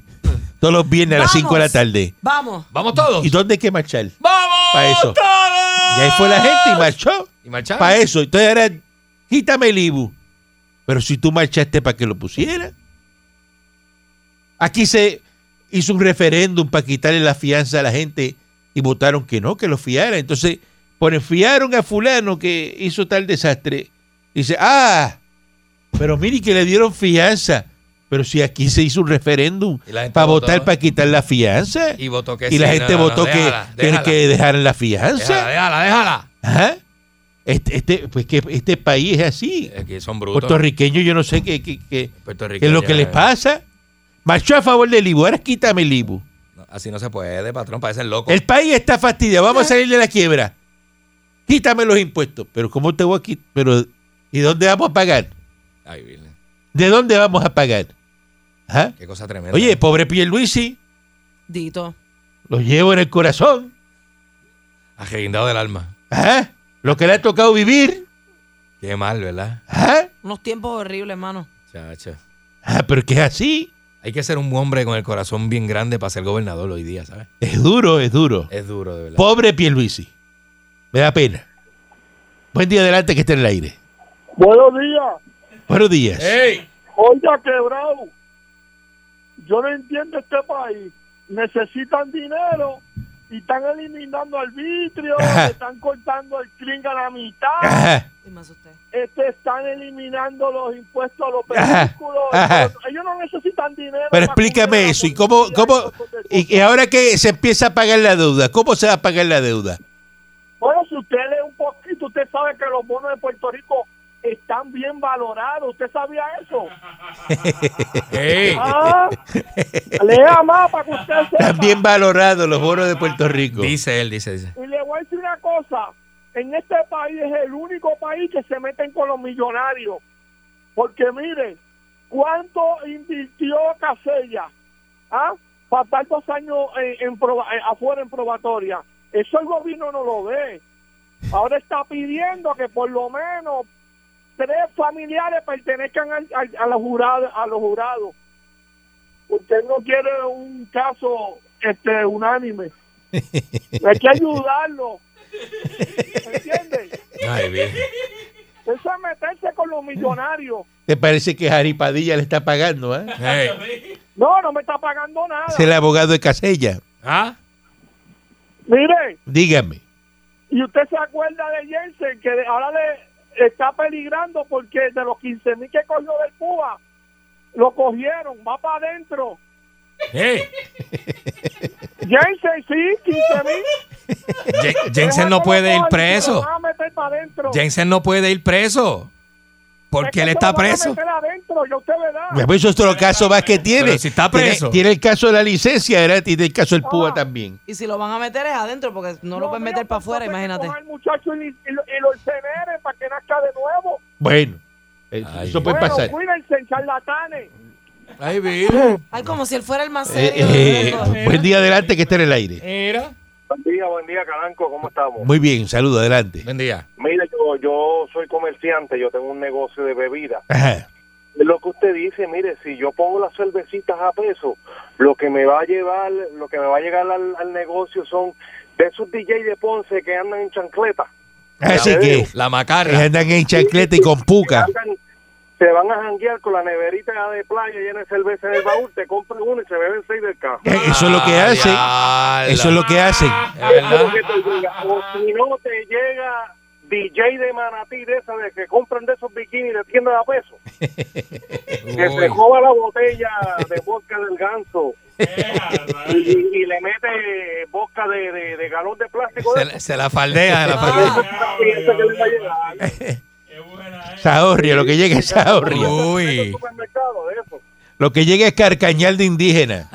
Speaker 3: todos los viernes a las 5 de la
Speaker 4: Vamos.
Speaker 3: tarde.
Speaker 4: Vamos.
Speaker 5: ¡Vamos todos!
Speaker 3: ¿Y dónde hay que marchar?
Speaker 5: ¡Vamos
Speaker 3: Pa' eso.
Speaker 5: todos!
Speaker 3: Y ahí fue la gente y marchó
Speaker 5: ¿Y marcharon?
Speaker 3: para eso. Entonces ahora quítame el IBU. Pero si tú marchaste para que lo pusiera. Aquí se hizo un referéndum para quitarle la fianza a la gente y votaron que no, que lo fiara. Entonces, por fiaron a fulano que hizo tal desastre. Dice, ah, pero mire que le dieron fianza. Pero si aquí se hizo un referéndum
Speaker 5: Y la gente
Speaker 3: para
Speaker 5: votó.
Speaker 3: votar para quitar la fianza.
Speaker 5: Y votó que
Speaker 3: Y la
Speaker 5: sí,
Speaker 3: gente
Speaker 5: no, no,
Speaker 3: votó que
Speaker 5: déjala,
Speaker 3: tiene
Speaker 5: déjala,
Speaker 3: que dejar la fianza.
Speaker 5: Déjala, déjala, déjala.
Speaker 3: Ajá. Este, este, pues que este país es así.
Speaker 5: Es que son brutos.
Speaker 3: Puertorriqueños, yo no sé qué, qué- qué-
Speaker 5: Puertorriqueños,
Speaker 3: qué es lo que les
Speaker 5: eh,
Speaker 3: pasa. Marchó a favor del IBU, ahora quítame el IBU.
Speaker 5: no, así no se puede, patrón, parecen locos.
Speaker 3: El país está fastidiado, vamos a salir de la quiebra. Quítame los impuestos. Pero ¿cómo te voy a quitar? Pero, ¿Y dónde vamos a pagar?
Speaker 5: Ay, Virgen,
Speaker 3: ¿De dónde vamos a pagar? Ajá.
Speaker 5: qué cosa tremenda.
Speaker 3: Oye, pobre Pierluisi,
Speaker 4: Dito.
Speaker 3: lo llevo en el corazón.
Speaker 5: ajeguindado del alma.
Speaker 3: Ajá. Lo que le ha tocado vivir.
Speaker 5: Qué mal, ¿verdad?
Speaker 3: Ajá.
Speaker 4: Unos tiempos horribles, hermano.
Speaker 5: Chacho.
Speaker 3: Ah, pero que es así.
Speaker 5: Hay que ser un hombre con el corazón bien grande para ser gobernador hoy día, ¿sabes?
Speaker 3: Es duro, es duro.
Speaker 5: Es duro, de verdad.
Speaker 3: Pobre Pierluisi. Me da pena. Buen día adelante que esté en el aire.
Speaker 2: Buenos días.
Speaker 3: Buenos días.
Speaker 5: ¡Ey!
Speaker 2: Oiga, quebrado. Yo no entiendo este país. Necesitan dinero y están eliminando arbitrio,
Speaker 3: Ajá.
Speaker 2: le están cortando el clink a la mitad,
Speaker 3: Ajá.
Speaker 4: Y me asusté.
Speaker 2: este, están eliminando los impuestos a los
Speaker 3: Ajá.
Speaker 2: vehículos.
Speaker 3: Ajá.
Speaker 2: Ellos no necesitan dinero.
Speaker 3: Pero
Speaker 2: para cubrir
Speaker 3: explícame
Speaker 2: la
Speaker 3: eso. ¿Y cómo,
Speaker 2: policía
Speaker 3: cómo,
Speaker 2: y cosas de
Speaker 3: y, y
Speaker 2: cosas.
Speaker 3: ahora que se empieza a pagar la deuda, ¿cómo se va a pagar la deuda?
Speaker 2: Bueno, si usted lee un poquito, usted sabe que los bonos de Puerto Rico están bien valorados. ¿Usted sabía eso?
Speaker 5: ¡Ey!
Speaker 2: Ah, lea más para que usted sepa.
Speaker 3: Están bien valorados los bonos de Puerto Rico.
Speaker 5: Dice él, dice, dice.
Speaker 2: Y le voy a decir una cosa, en este país es el único país que se meten con los millonarios. Porque miren, ¿cuánto invirtió Casella ¿ah? para estar dos años eh, en proba- eh, afuera en probatoria? Eso el gobierno no lo ve. Ahora está pidiendo que por lo menos tres familiares pertenezcan al- al- a, los jurados, a los jurados. Usted no quiere un caso este unánime. Hay que ayudarlo. ¿Entiendes?
Speaker 5: Ay, bien.
Speaker 2: Eso es meterse con los millonarios.
Speaker 3: ¿Te parece que Jari Padilla le está pagando? ¿eh?
Speaker 5: ¡Ey!
Speaker 2: No, no me está pagando nada.
Speaker 3: Es el abogado de Casella.
Speaker 5: ¿Ah?
Speaker 2: Mire,
Speaker 3: Dígame.
Speaker 2: y usted se acuerda de Jensen, que de- ahora le está peligrando porque de los 15 mil que cogió del Cuba, lo cogieron, va para adentro.
Speaker 6: ¡Eh!
Speaker 2: Jensen, sí, 15 mil.
Speaker 5: Je- Jensen no puede ir preso.
Speaker 2: Van a meter para adentro.
Speaker 5: Jensen no puede ir preso.
Speaker 2: Es que
Speaker 5: Porque él
Speaker 2: eso
Speaker 5: está
Speaker 2: lo van a
Speaker 5: preso.
Speaker 2: meter adentro, ya usted verá.
Speaker 3: Pues Eso es otro caso más que tiene.
Speaker 5: Pero si está
Speaker 3: Tiene-
Speaker 5: preso. Ah.
Speaker 3: Tiene, el caso de la licencia, ¿verdad? Tiene el caso del PUA también.
Speaker 4: Y si lo van a meter es adentro, porque no lo pueden
Speaker 2: mío,
Speaker 4: meter para
Speaker 2: pues,
Speaker 4: afuera,
Speaker 2: entonces que
Speaker 4: imagínate.
Speaker 2: coja el muchacho y, y lo- y lo enceneren para que nazca de nuevo.
Speaker 3: Bueno,
Speaker 5: Ay,
Speaker 3: eh, eso
Speaker 5: Dios.
Speaker 3: puede
Speaker 2: bueno,
Speaker 3: pasar.
Speaker 2: cuídense, charlatanes.
Speaker 5: Ahí vive.
Speaker 4: Ay, como si él fuera el más
Speaker 3: Eh,
Speaker 4: serio.
Speaker 3: eh,
Speaker 4: de todos.
Speaker 3: buen día, adelante, que está en el aire.
Speaker 5: Mira.
Speaker 2: Buen día, buen día, Calanco, ¿cómo estamos?
Speaker 3: Muy bien, saludo, adelante.
Speaker 5: Buen día.
Speaker 2: Mire, yo, yo soy comerciante, yo tengo un negocio de bebidas.
Speaker 3: Ajá.
Speaker 2: Lo que usted dice, mire, si yo pongo las cervecitas a peso, lo que me va a llevar, lo que me va a llegar al, al negocio son de esos DJ de Ponce que andan en chancleta.
Speaker 3: Así
Speaker 2: Ya
Speaker 3: que
Speaker 2: veo.
Speaker 5: La
Speaker 3: que
Speaker 5: macarra.
Speaker 3: andan en chancleta y con puca.
Speaker 2: que andan- se van a janguear con la neverita de playa llena de cerveza en el baúl, te compran uno y se beben seis del carro.
Speaker 3: Eh, Eso es lo que hacen.
Speaker 5: Ah,
Speaker 3: Eso es lo que hacen.
Speaker 5: diablo. Es verdad.
Speaker 2: Porque te llega, o si no te llega DJ de manatí de esa de que compran de esos bikinis de tienda a peso que se
Speaker 5: Uy.
Speaker 2: roba la botella de vodka del ganso y, y- y le mete vodka de, de, de galón de plástico
Speaker 5: Se
Speaker 2: de
Speaker 5: la- Se la faldea, se la
Speaker 4: Ah.
Speaker 5: faldea.
Speaker 2: esa, y esa que le va a llegar.
Speaker 3: Sahorrio, lo que llega es Sahorrio.
Speaker 2: Del
Speaker 5: Uy.
Speaker 2: supermercado, de eso.
Speaker 3: Lo que llega es carcañal de indígena.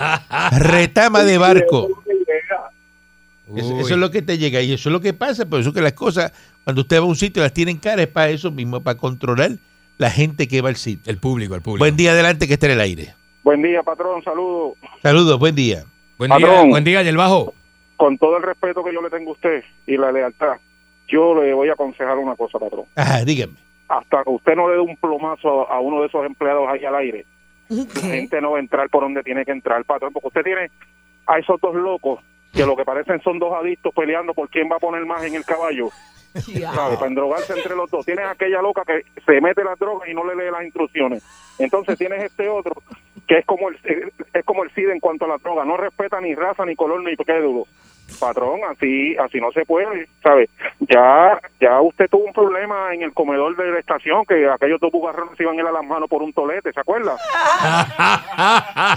Speaker 3: Retama de barco.
Speaker 2: Eso es lo que llega.
Speaker 3: Es- eso es lo que te llega y eso es lo que pasa. Por eso que las cosas, cuando usted va a un sitio, las tienen caras, es para eso mismo, para controlar la gente que va al sitio.
Speaker 5: El público, el público.
Speaker 3: Buen día, adelante, que esté en el aire.
Speaker 2: Buen día, patrón, saludos.
Speaker 3: Saludos, buen día.
Speaker 5: Buen día,
Speaker 2: Patrón.
Speaker 5: buen día, el bajo.
Speaker 2: Con todo el respeto que yo le tengo a usted y la lealtad, yo le voy a aconsejar una cosa, patrón.
Speaker 3: Ajá, dígame.
Speaker 2: hasta que usted no le dé un plomazo a, a uno de esos empleados ahí al aire, la
Speaker 4: ¿Qué?
Speaker 2: gente no va a entrar por donde tiene que entrar, patrón, porque usted tiene a esos dos locos que lo que parecen son dos adictos peleando por quién va a poner más en el caballo, ¿sabe? Para endrogarse entre los dos. Tienes aquella loca que se mete las drogas y no le lee las instrucciones. Entonces tienes este otro que es como el es como el SIDA en cuanto a la droga, no respeta ni raza, ni color, ni crédulo. Patrón, así así no se puede, ¿sabe? Ya ya usted tuvo un problema en el comedor de la estación que aquellos dos bugarrones se iban a ir a las manos por un tolete, ¿se acuerda?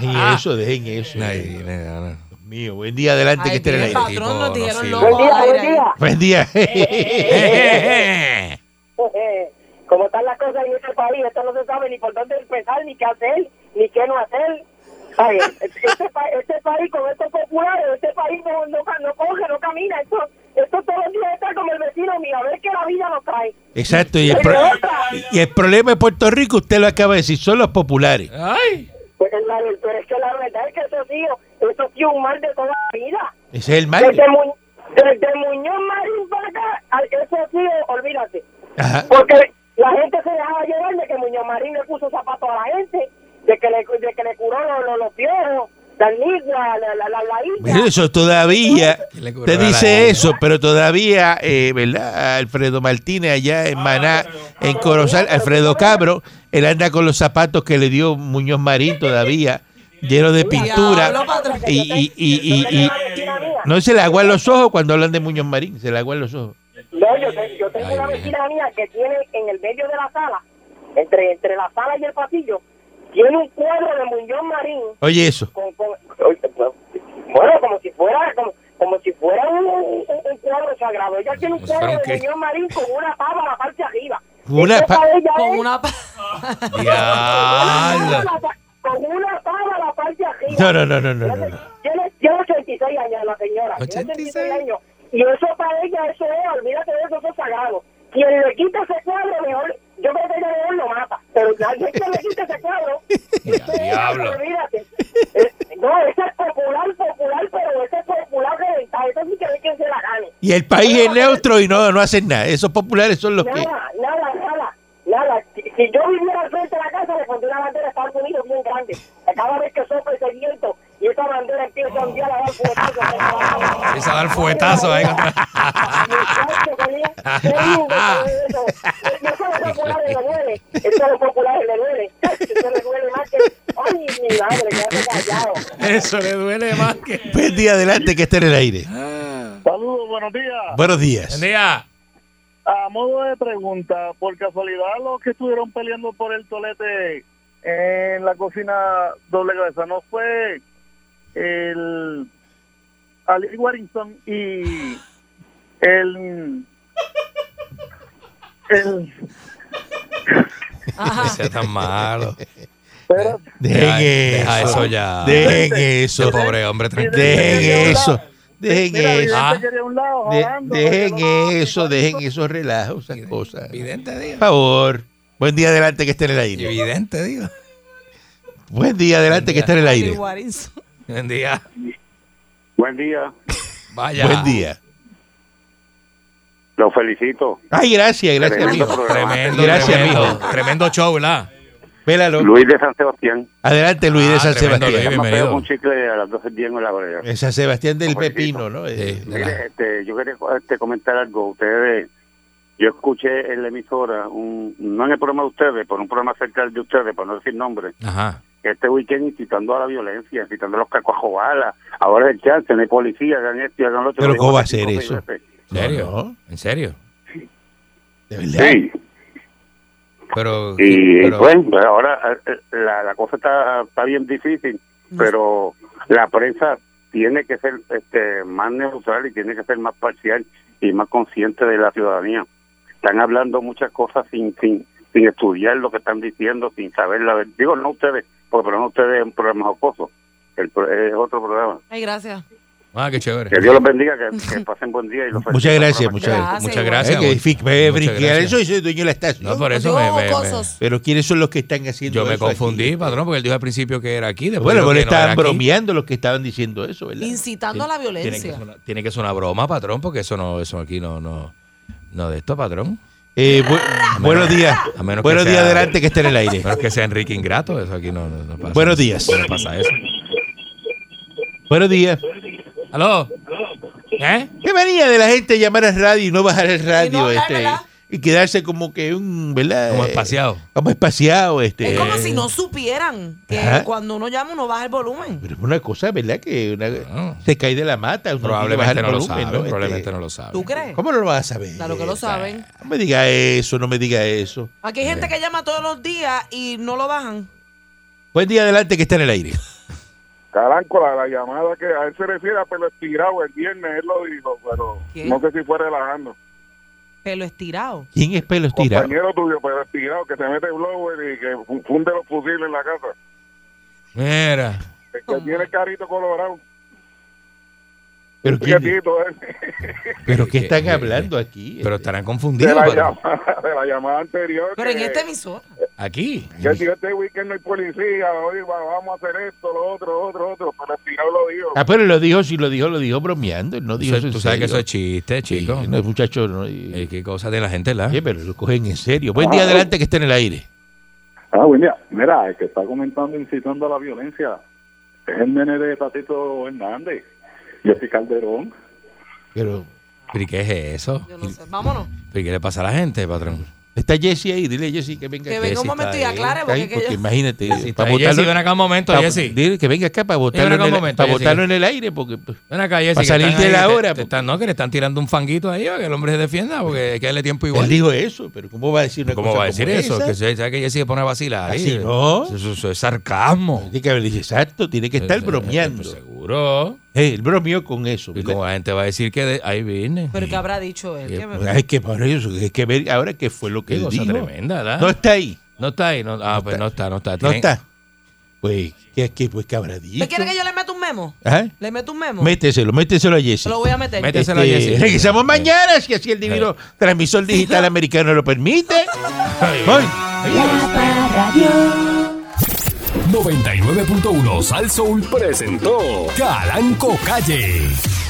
Speaker 3: Dejen eso, dejen eso.
Speaker 5: Ay, no, no.
Speaker 3: Dios mío, buen día, adelante, que
Speaker 4: Ay,
Speaker 3: esté en el
Speaker 4: tiene
Speaker 3: aire.
Speaker 5: tipo,
Speaker 4: patrón,
Speaker 5: no
Speaker 4: nos dijeron
Speaker 5: sirve.
Speaker 4: loco
Speaker 7: Buen día,
Speaker 4: al
Speaker 7: buen
Speaker 4: aire ahí.
Speaker 7: día.
Speaker 3: Buen día.
Speaker 5: eh,
Speaker 7: Como Pues, eh, están las cosas en este país, esto no se sabe ni por dónde empezar, ni qué hacer, ni qué no hacer. Ay, Este, pa- este país con estos populares, este país no, no, ca- no coge, no camina. Esto, esto todos los días está como el vecino mío, a ver qué la vida nos trae.
Speaker 3: Exacto, y el, pro- y el problema de Puerto Rico, usted lo acaba de decir, son los populares.
Speaker 5: Ay.
Speaker 7: Pues, la- pero es que la verdad es que esos tíos, esos tíos un mal de toda la vida.
Speaker 3: Ese es el mal.
Speaker 7: Desde, Mu- desde Muñoz Marín para acá, al- esos tíos, olvídate.
Speaker 3: Ajá.
Speaker 7: Porque la gente se dejaba llevar de que Muñoz Marín le puso zapatos a la gente, de que le, de que le curó los, los, los piojos, la ligua, la, la, la, la isla.
Speaker 3: Mira, Eso todavía
Speaker 5: Le curó
Speaker 3: te
Speaker 5: la
Speaker 3: dice
Speaker 5: lengua.
Speaker 3: eso, pero todavía, eh, ¿verdad? Alfredo Martínez allá en Maná, en Corozal, Alfredo Cabro, él anda con los zapatos que le dio Muñoz Marín todavía, lleno de pintura.
Speaker 4: Diablo, patrón.
Speaker 3: Y, y, y, y- y- no se le aguan los ojos cuando hablan de Muñoz Marín, se le aguan los ojos.
Speaker 7: No, yo, te- yo tengo
Speaker 5: Ay,
Speaker 7: una
Speaker 5: Virgen.
Speaker 7: vecina mía que tiene en el medio de la sala, entre, entre la sala y el pasillo, tiene un cuadro de Muñoz Marín
Speaker 3: Oye eso.
Speaker 7: con, con- pues, bueno, como si fuera, como, como si fuera un, un- un cuadro sagrado. Ella tiene un
Speaker 3: Pues,
Speaker 5: Como si fuera
Speaker 7: cuadro
Speaker 5: un
Speaker 7: de
Speaker 5: qué.
Speaker 7: Muñoz Marín con una pava a la parte de arriba.
Speaker 3: Una
Speaker 7: Esa
Speaker 3: pa-
Speaker 7: para ella
Speaker 4: Con
Speaker 7: es-
Speaker 4: una pa-
Speaker 5: Diablo.
Speaker 7: Con una pava a la parte de
Speaker 3: No,
Speaker 7: arriba.
Speaker 3: no, no, no, no, no. no.
Speaker 7: Tiene, tiene 86 años la señora. Tiene
Speaker 5: 86.
Speaker 7: 86 años. Y eso para ella, eso es, olvídate de eso, eso es sagrado. Quien le quita ese cuadro, mejor, yo creo que ella mejor lo mata. Pero ya alguien que le quita ese cuadro, eso es,
Speaker 5: diablo.
Speaker 7: olvídate. Eh, no, ese es popular, popular, pero ese es popular reventado. Eso sí que hay quien se la gane.
Speaker 3: Y el país es neutro y no, no hacen nada. Esos populares son los que...
Speaker 7: Nada, nada, nada, nada. Si, si yo viviera al frente de la casa, le pondría una bandera de Estados Unidos bien grande. Cada vez que sopla ese viento y esa bandera empieza a enviar a dar fuetazo.
Speaker 5: Empieza a dar fuetazo ahí contra-
Speaker 7: Muchacho, tenía- tenía un beso de eso. Y eso a los populares le duele. Eso a los populares le duele. Eso le duele más que... Ay, mi madre, qué
Speaker 5: Eso le duele más que.
Speaker 3: Buen día adelante que esté en el aire.
Speaker 2: Saludos, buenos días.
Speaker 3: Buenos
Speaker 5: Buen
Speaker 3: días.
Speaker 5: día.
Speaker 2: A modo de pregunta, por casualidad los que estuvieron peleando por el tolete en la cocina doble cabeza, ¿no fue el Ali Warrington y el... el
Speaker 5: No sea tan malo.
Speaker 2: espera,
Speaker 3: Dejen
Speaker 5: deja
Speaker 3: eso.
Speaker 5: eso ya.
Speaker 3: Dejen eso.
Speaker 5: Ese pobre hombre, tranquilo.
Speaker 3: Dejen eso. Dejen
Speaker 2: mira,
Speaker 3: eso.
Speaker 5: Ah.
Speaker 2: Vidente quería un lado,
Speaker 3: De-
Speaker 2: jalando,
Speaker 3: dejen
Speaker 2: porque no-
Speaker 3: eso, dejen esos relajos, esas cosas.
Speaker 5: Evidente,
Speaker 3: Por
Speaker 5: digo.
Speaker 3: favor. Buen día adelante que esté en el aire.
Speaker 5: Evidente, digo.
Speaker 3: Buen día adelante que esté en el aire.
Speaker 5: Buen día.
Speaker 8: Buen día,
Speaker 5: Vaya.
Speaker 3: Buen día.
Speaker 8: los felicito.
Speaker 3: Ay, gracias, gracias,
Speaker 8: Tremendo
Speaker 3: amigo.
Speaker 8: programa.
Speaker 5: Tremendo,
Speaker 3: Gracias,
Speaker 5: tremendo,
Speaker 3: mijo.
Speaker 5: Tremendo show, ¿verdad?
Speaker 3: Vélalo.
Speaker 8: Luis de San Sebastián.
Speaker 3: Adelante, Luis de
Speaker 5: Ah,
Speaker 3: San
Speaker 5: tremendo,
Speaker 3: Sebastián.
Speaker 5: Luis.
Speaker 8: Más
Speaker 5: Bienvenido.
Speaker 8: feo que un chicle a las 12 del día en la oreja.
Speaker 3: Eh, San Sebastián del
Speaker 8: Los felicito.
Speaker 3: Pepino, ¿no? Eh,
Speaker 5: Sí.
Speaker 8: Mire, este, yo quería este, comentar algo. Ustedes, yo escuché en la emisora, un, no en el programa de ustedes, por un programa cerca de ustedes, para no decir nombre,
Speaker 5: Ajá.
Speaker 8: este weekend incitando a la violencia, incitando a los cacuajobalas. Ahora es el chance, no hay policía, hagan esto y hagan lo otro.
Speaker 3: Pero
Speaker 8: Lo
Speaker 3: ¿cómo
Speaker 8: dijo este.
Speaker 3: va a ser
Speaker 8: cinco
Speaker 3: eso?
Speaker 8: veces.
Speaker 5: ¿En serio?
Speaker 3: No,
Speaker 5: ¿En serio?
Speaker 3: de verdad.
Speaker 8: Sí,
Speaker 5: Pero.
Speaker 8: y
Speaker 5: pero-
Speaker 8: pues pero ahora eh, la, la cosa está, está bien difícil, pero la prensa tiene que ser este, más neutral y tiene que ser más parcial y más consciente de la ciudadanía. Están hablando muchas cosas sin sin, sin estudiar lo que están diciendo, sin saber la verdad. Digo, no ustedes, porque pero no ustedes es un programa jocoso, el, pro- es otro programa.
Speaker 4: Ay, gracias.
Speaker 5: Ah, qué chévere.
Speaker 8: Que Dios los bendiga, que, que pasen buen día y los
Speaker 3: Muchas
Speaker 8: felicito.
Speaker 3: gracias, muchas gracias.
Speaker 4: Gracias,
Speaker 5: Muchas
Speaker 4: igual.
Speaker 5: gracias.
Speaker 3: Eh, que fi- me-
Speaker 5: Muchas
Speaker 3: brinqué
Speaker 5: gracias.
Speaker 3: eso y soy dueño de la estación.
Speaker 5: No, por
Speaker 4: Digo,
Speaker 5: eso me, me-
Speaker 4: jocosos.
Speaker 3: Pero ¿quiénes son los que están
Speaker 5: me-
Speaker 3: haciendo
Speaker 5: yo me
Speaker 3: eso aquí?
Speaker 5: confundí, patrón, porque él dijo al principio que era aquí. Después
Speaker 3: Bueno,
Speaker 5: dijo
Speaker 3: pero
Speaker 5: que no era
Speaker 3: estaban
Speaker 5: aquí.
Speaker 3: bromeando los que estaban diciendo eso, ¿verdad?
Speaker 4: Incitando a la
Speaker 5: Tiene que,
Speaker 4: violencia.
Speaker 5: sonar, tiene que sonar broma, patrón, porque eso no, eso aquí no, no, no de esto, patrón.
Speaker 3: Eh, bu-
Speaker 4: Ah.
Speaker 3: buenos días.
Speaker 5: a menos que
Speaker 3: Buenos días
Speaker 5: sea-
Speaker 3: adelante que esté en el aire.
Speaker 5: No es que sea Enrique Ingrato, eso aquí no, no, no pasa.
Speaker 3: Buenos días.
Speaker 5: No pasa eso.
Speaker 3: Buenos días.
Speaker 5: ¿Aló? ¿Eh?
Speaker 3: Qué manía de la gente llamar a radio y no bajar el radio
Speaker 4: no hablar,
Speaker 3: este,
Speaker 4: ¿verdad?
Speaker 3: y quedarse como que un, ¿verdad?
Speaker 5: Como
Speaker 3: Eh,
Speaker 5: espaciado.
Speaker 3: Como espaciado este.
Speaker 4: Es como si no supieran que
Speaker 3: Ajá.
Speaker 4: cuando uno llama uno baja el volumen.
Speaker 3: Pero es una cosa, ¿verdad? Que una-
Speaker 5: Ah.
Speaker 3: se cae de la mata, uno
Speaker 5: Probablemente
Speaker 3: tiene
Speaker 5: no Este,
Speaker 3: que
Speaker 5: lo
Speaker 3: bajar el
Speaker 5: sabe,
Speaker 3: volumen,
Speaker 5: probablemente
Speaker 3: ¿no?
Speaker 5: no lo sabe.
Speaker 4: ¿Tú crees?
Speaker 3: Este, ¿Cómo no lo vas a saber?
Speaker 4: Claro que lo saben.
Speaker 3: No me diga eso, no me diga eso.
Speaker 4: Aquí hay gente que llama todos los días y no lo bajan.
Speaker 3: Buen día adelante que está en el aire.
Speaker 2: Caranco, la, la llamada que a él se refiere a Pelo Estirado el viernes, él lo dijo, pero
Speaker 4: ¿Quién?
Speaker 2: no sé si fue relajando.
Speaker 4: Pelo estirado.
Speaker 3: ¿Quién es pelo estirado?
Speaker 2: Compañero tuyo, Pelo Estirado, que se mete blower y que fu- funde los fusiles en la casa.
Speaker 5: Mira.
Speaker 2: El que tiene el carrito colorado, eh,
Speaker 3: ¿Pero,
Speaker 2: un
Speaker 3: quién,
Speaker 2: quietito él,
Speaker 3: ¿Pero qué están
Speaker 5: Eh, eh,
Speaker 3: hablando aquí?
Speaker 5: Pero
Speaker 3: Este,
Speaker 5: estarán
Speaker 2: de
Speaker 5: confundidos.
Speaker 2: la,
Speaker 5: patrón.
Speaker 2: llamada, de la llamada anterior.
Speaker 4: Pero en
Speaker 2: que-
Speaker 4: este emisor.
Speaker 5: Aquí.
Speaker 2: que si este weekend no hay policía, hoy va- vamos a hacer esto, lo otro, lo otro, lo otro. Pelo Estirado lo dijo.
Speaker 3: Ah, pero lo dijo, si lo dijo, lo dijo bromeando. él No dijo
Speaker 5: Eso-
Speaker 3: eso en
Speaker 5: tú sabes que
Speaker 3: serio.
Speaker 5: eso es chiste, chico.
Speaker 3: Sí, no, muchachos, no, y-
Speaker 5: Eh, qué cosa de la gente, ¿la?
Speaker 3: Oye, pero lo cogen en serio. Buen día adelante que esté en el aire.
Speaker 9: Ah, buen día. Mira, el que está comentando incitando a la violencia es el nene de Tatito Hernández, Jesse Calderón.
Speaker 3: Pero
Speaker 5: ¿Pero y qué es eso?
Speaker 4: Yo no sé. Vámonos.
Speaker 5: ¿Pero y qué le pasa a la gente, patrón?
Speaker 3: está Jesse ahí, dile a Jesse que venga
Speaker 4: Que
Speaker 3: acá.
Speaker 4: venga
Speaker 5: Jessy
Speaker 4: un momento y
Speaker 5: está ahí,
Speaker 4: aclare
Speaker 3: Está ahí,
Speaker 4: porque, que
Speaker 3: porque
Speaker 4: yo-
Speaker 3: imagínate,
Speaker 5: Para
Speaker 3: para botarlo,
Speaker 5: ven acá un momento,
Speaker 3: para-
Speaker 5: Jessy.
Speaker 3: dile que venga acá para botarlo,
Speaker 5: ven acá
Speaker 3: en
Speaker 5: un
Speaker 3: el,
Speaker 5: momento,
Speaker 3: para
Speaker 5: Jessy.
Speaker 3: botarlo en el aire porque pues,
Speaker 5: Ven acá, Jessy,
Speaker 3: Para
Speaker 5: que
Speaker 3: salir
Speaker 5: están
Speaker 3: de
Speaker 5: ahí,
Speaker 3: la pues.
Speaker 5: te-
Speaker 3: hora,
Speaker 5: te están- no, que le están tirando un fanguito ahí para que el hombre se defienda, porque hay que darle tiempo igual.
Speaker 3: él dijo eso, pero ¿cómo va a decir una
Speaker 5: ¿Cómo
Speaker 3: cosa
Speaker 5: va a decir
Speaker 3: como
Speaker 5: eso?
Speaker 3: esa?
Speaker 5: Que se- ¿Sabe que Jessy se pone a vacilar? ahí?
Speaker 3: Así no.
Speaker 5: Eso, eso es sarcasmo.
Speaker 3: Tiene que haber dicho, exacto, tiene que estar
Speaker 5: Eh, eh,
Speaker 3: bromeando.
Speaker 5: pues seguro.
Speaker 3: Eh, él bromeó con eso.
Speaker 5: Y
Speaker 3: ¿verdad?
Speaker 5: como la gente va a decir que de- ahí viene.
Speaker 4: Pero que habrá dicho él.
Speaker 5: Qué
Speaker 4: Que me-
Speaker 3: Ay, que para eso, eh, pues, hay que ver ahora qué fue lo que
Speaker 5: Qué
Speaker 3: él
Speaker 5: cosa
Speaker 3: dijo.
Speaker 5: tremenda, ¿verdad?
Speaker 3: No está ahí,
Speaker 5: No está ahí. No, ah, pues no está, no está.
Speaker 3: no
Speaker 5: Tienen-
Speaker 3: está. Pues, ¿qué, qué, pues, ¿qué habrá dicho?
Speaker 4: ¿Usted quiere que yo le meta un memo?
Speaker 3: Ajá.
Speaker 4: ¿Le meto un memo?
Speaker 3: Méteselo, méteselo a Jesse. Este,
Speaker 4: Se lo voy a meter.
Speaker 5: Mete- Méteselo a Jessy.
Speaker 3: Regresamos
Speaker 5: Sí.
Speaker 3: mañana, si así el divino transmisor digital americano lo permite. Voy.
Speaker 10: Radio.
Speaker 1: 99.1 Sal Soul presentó Calanco Calle.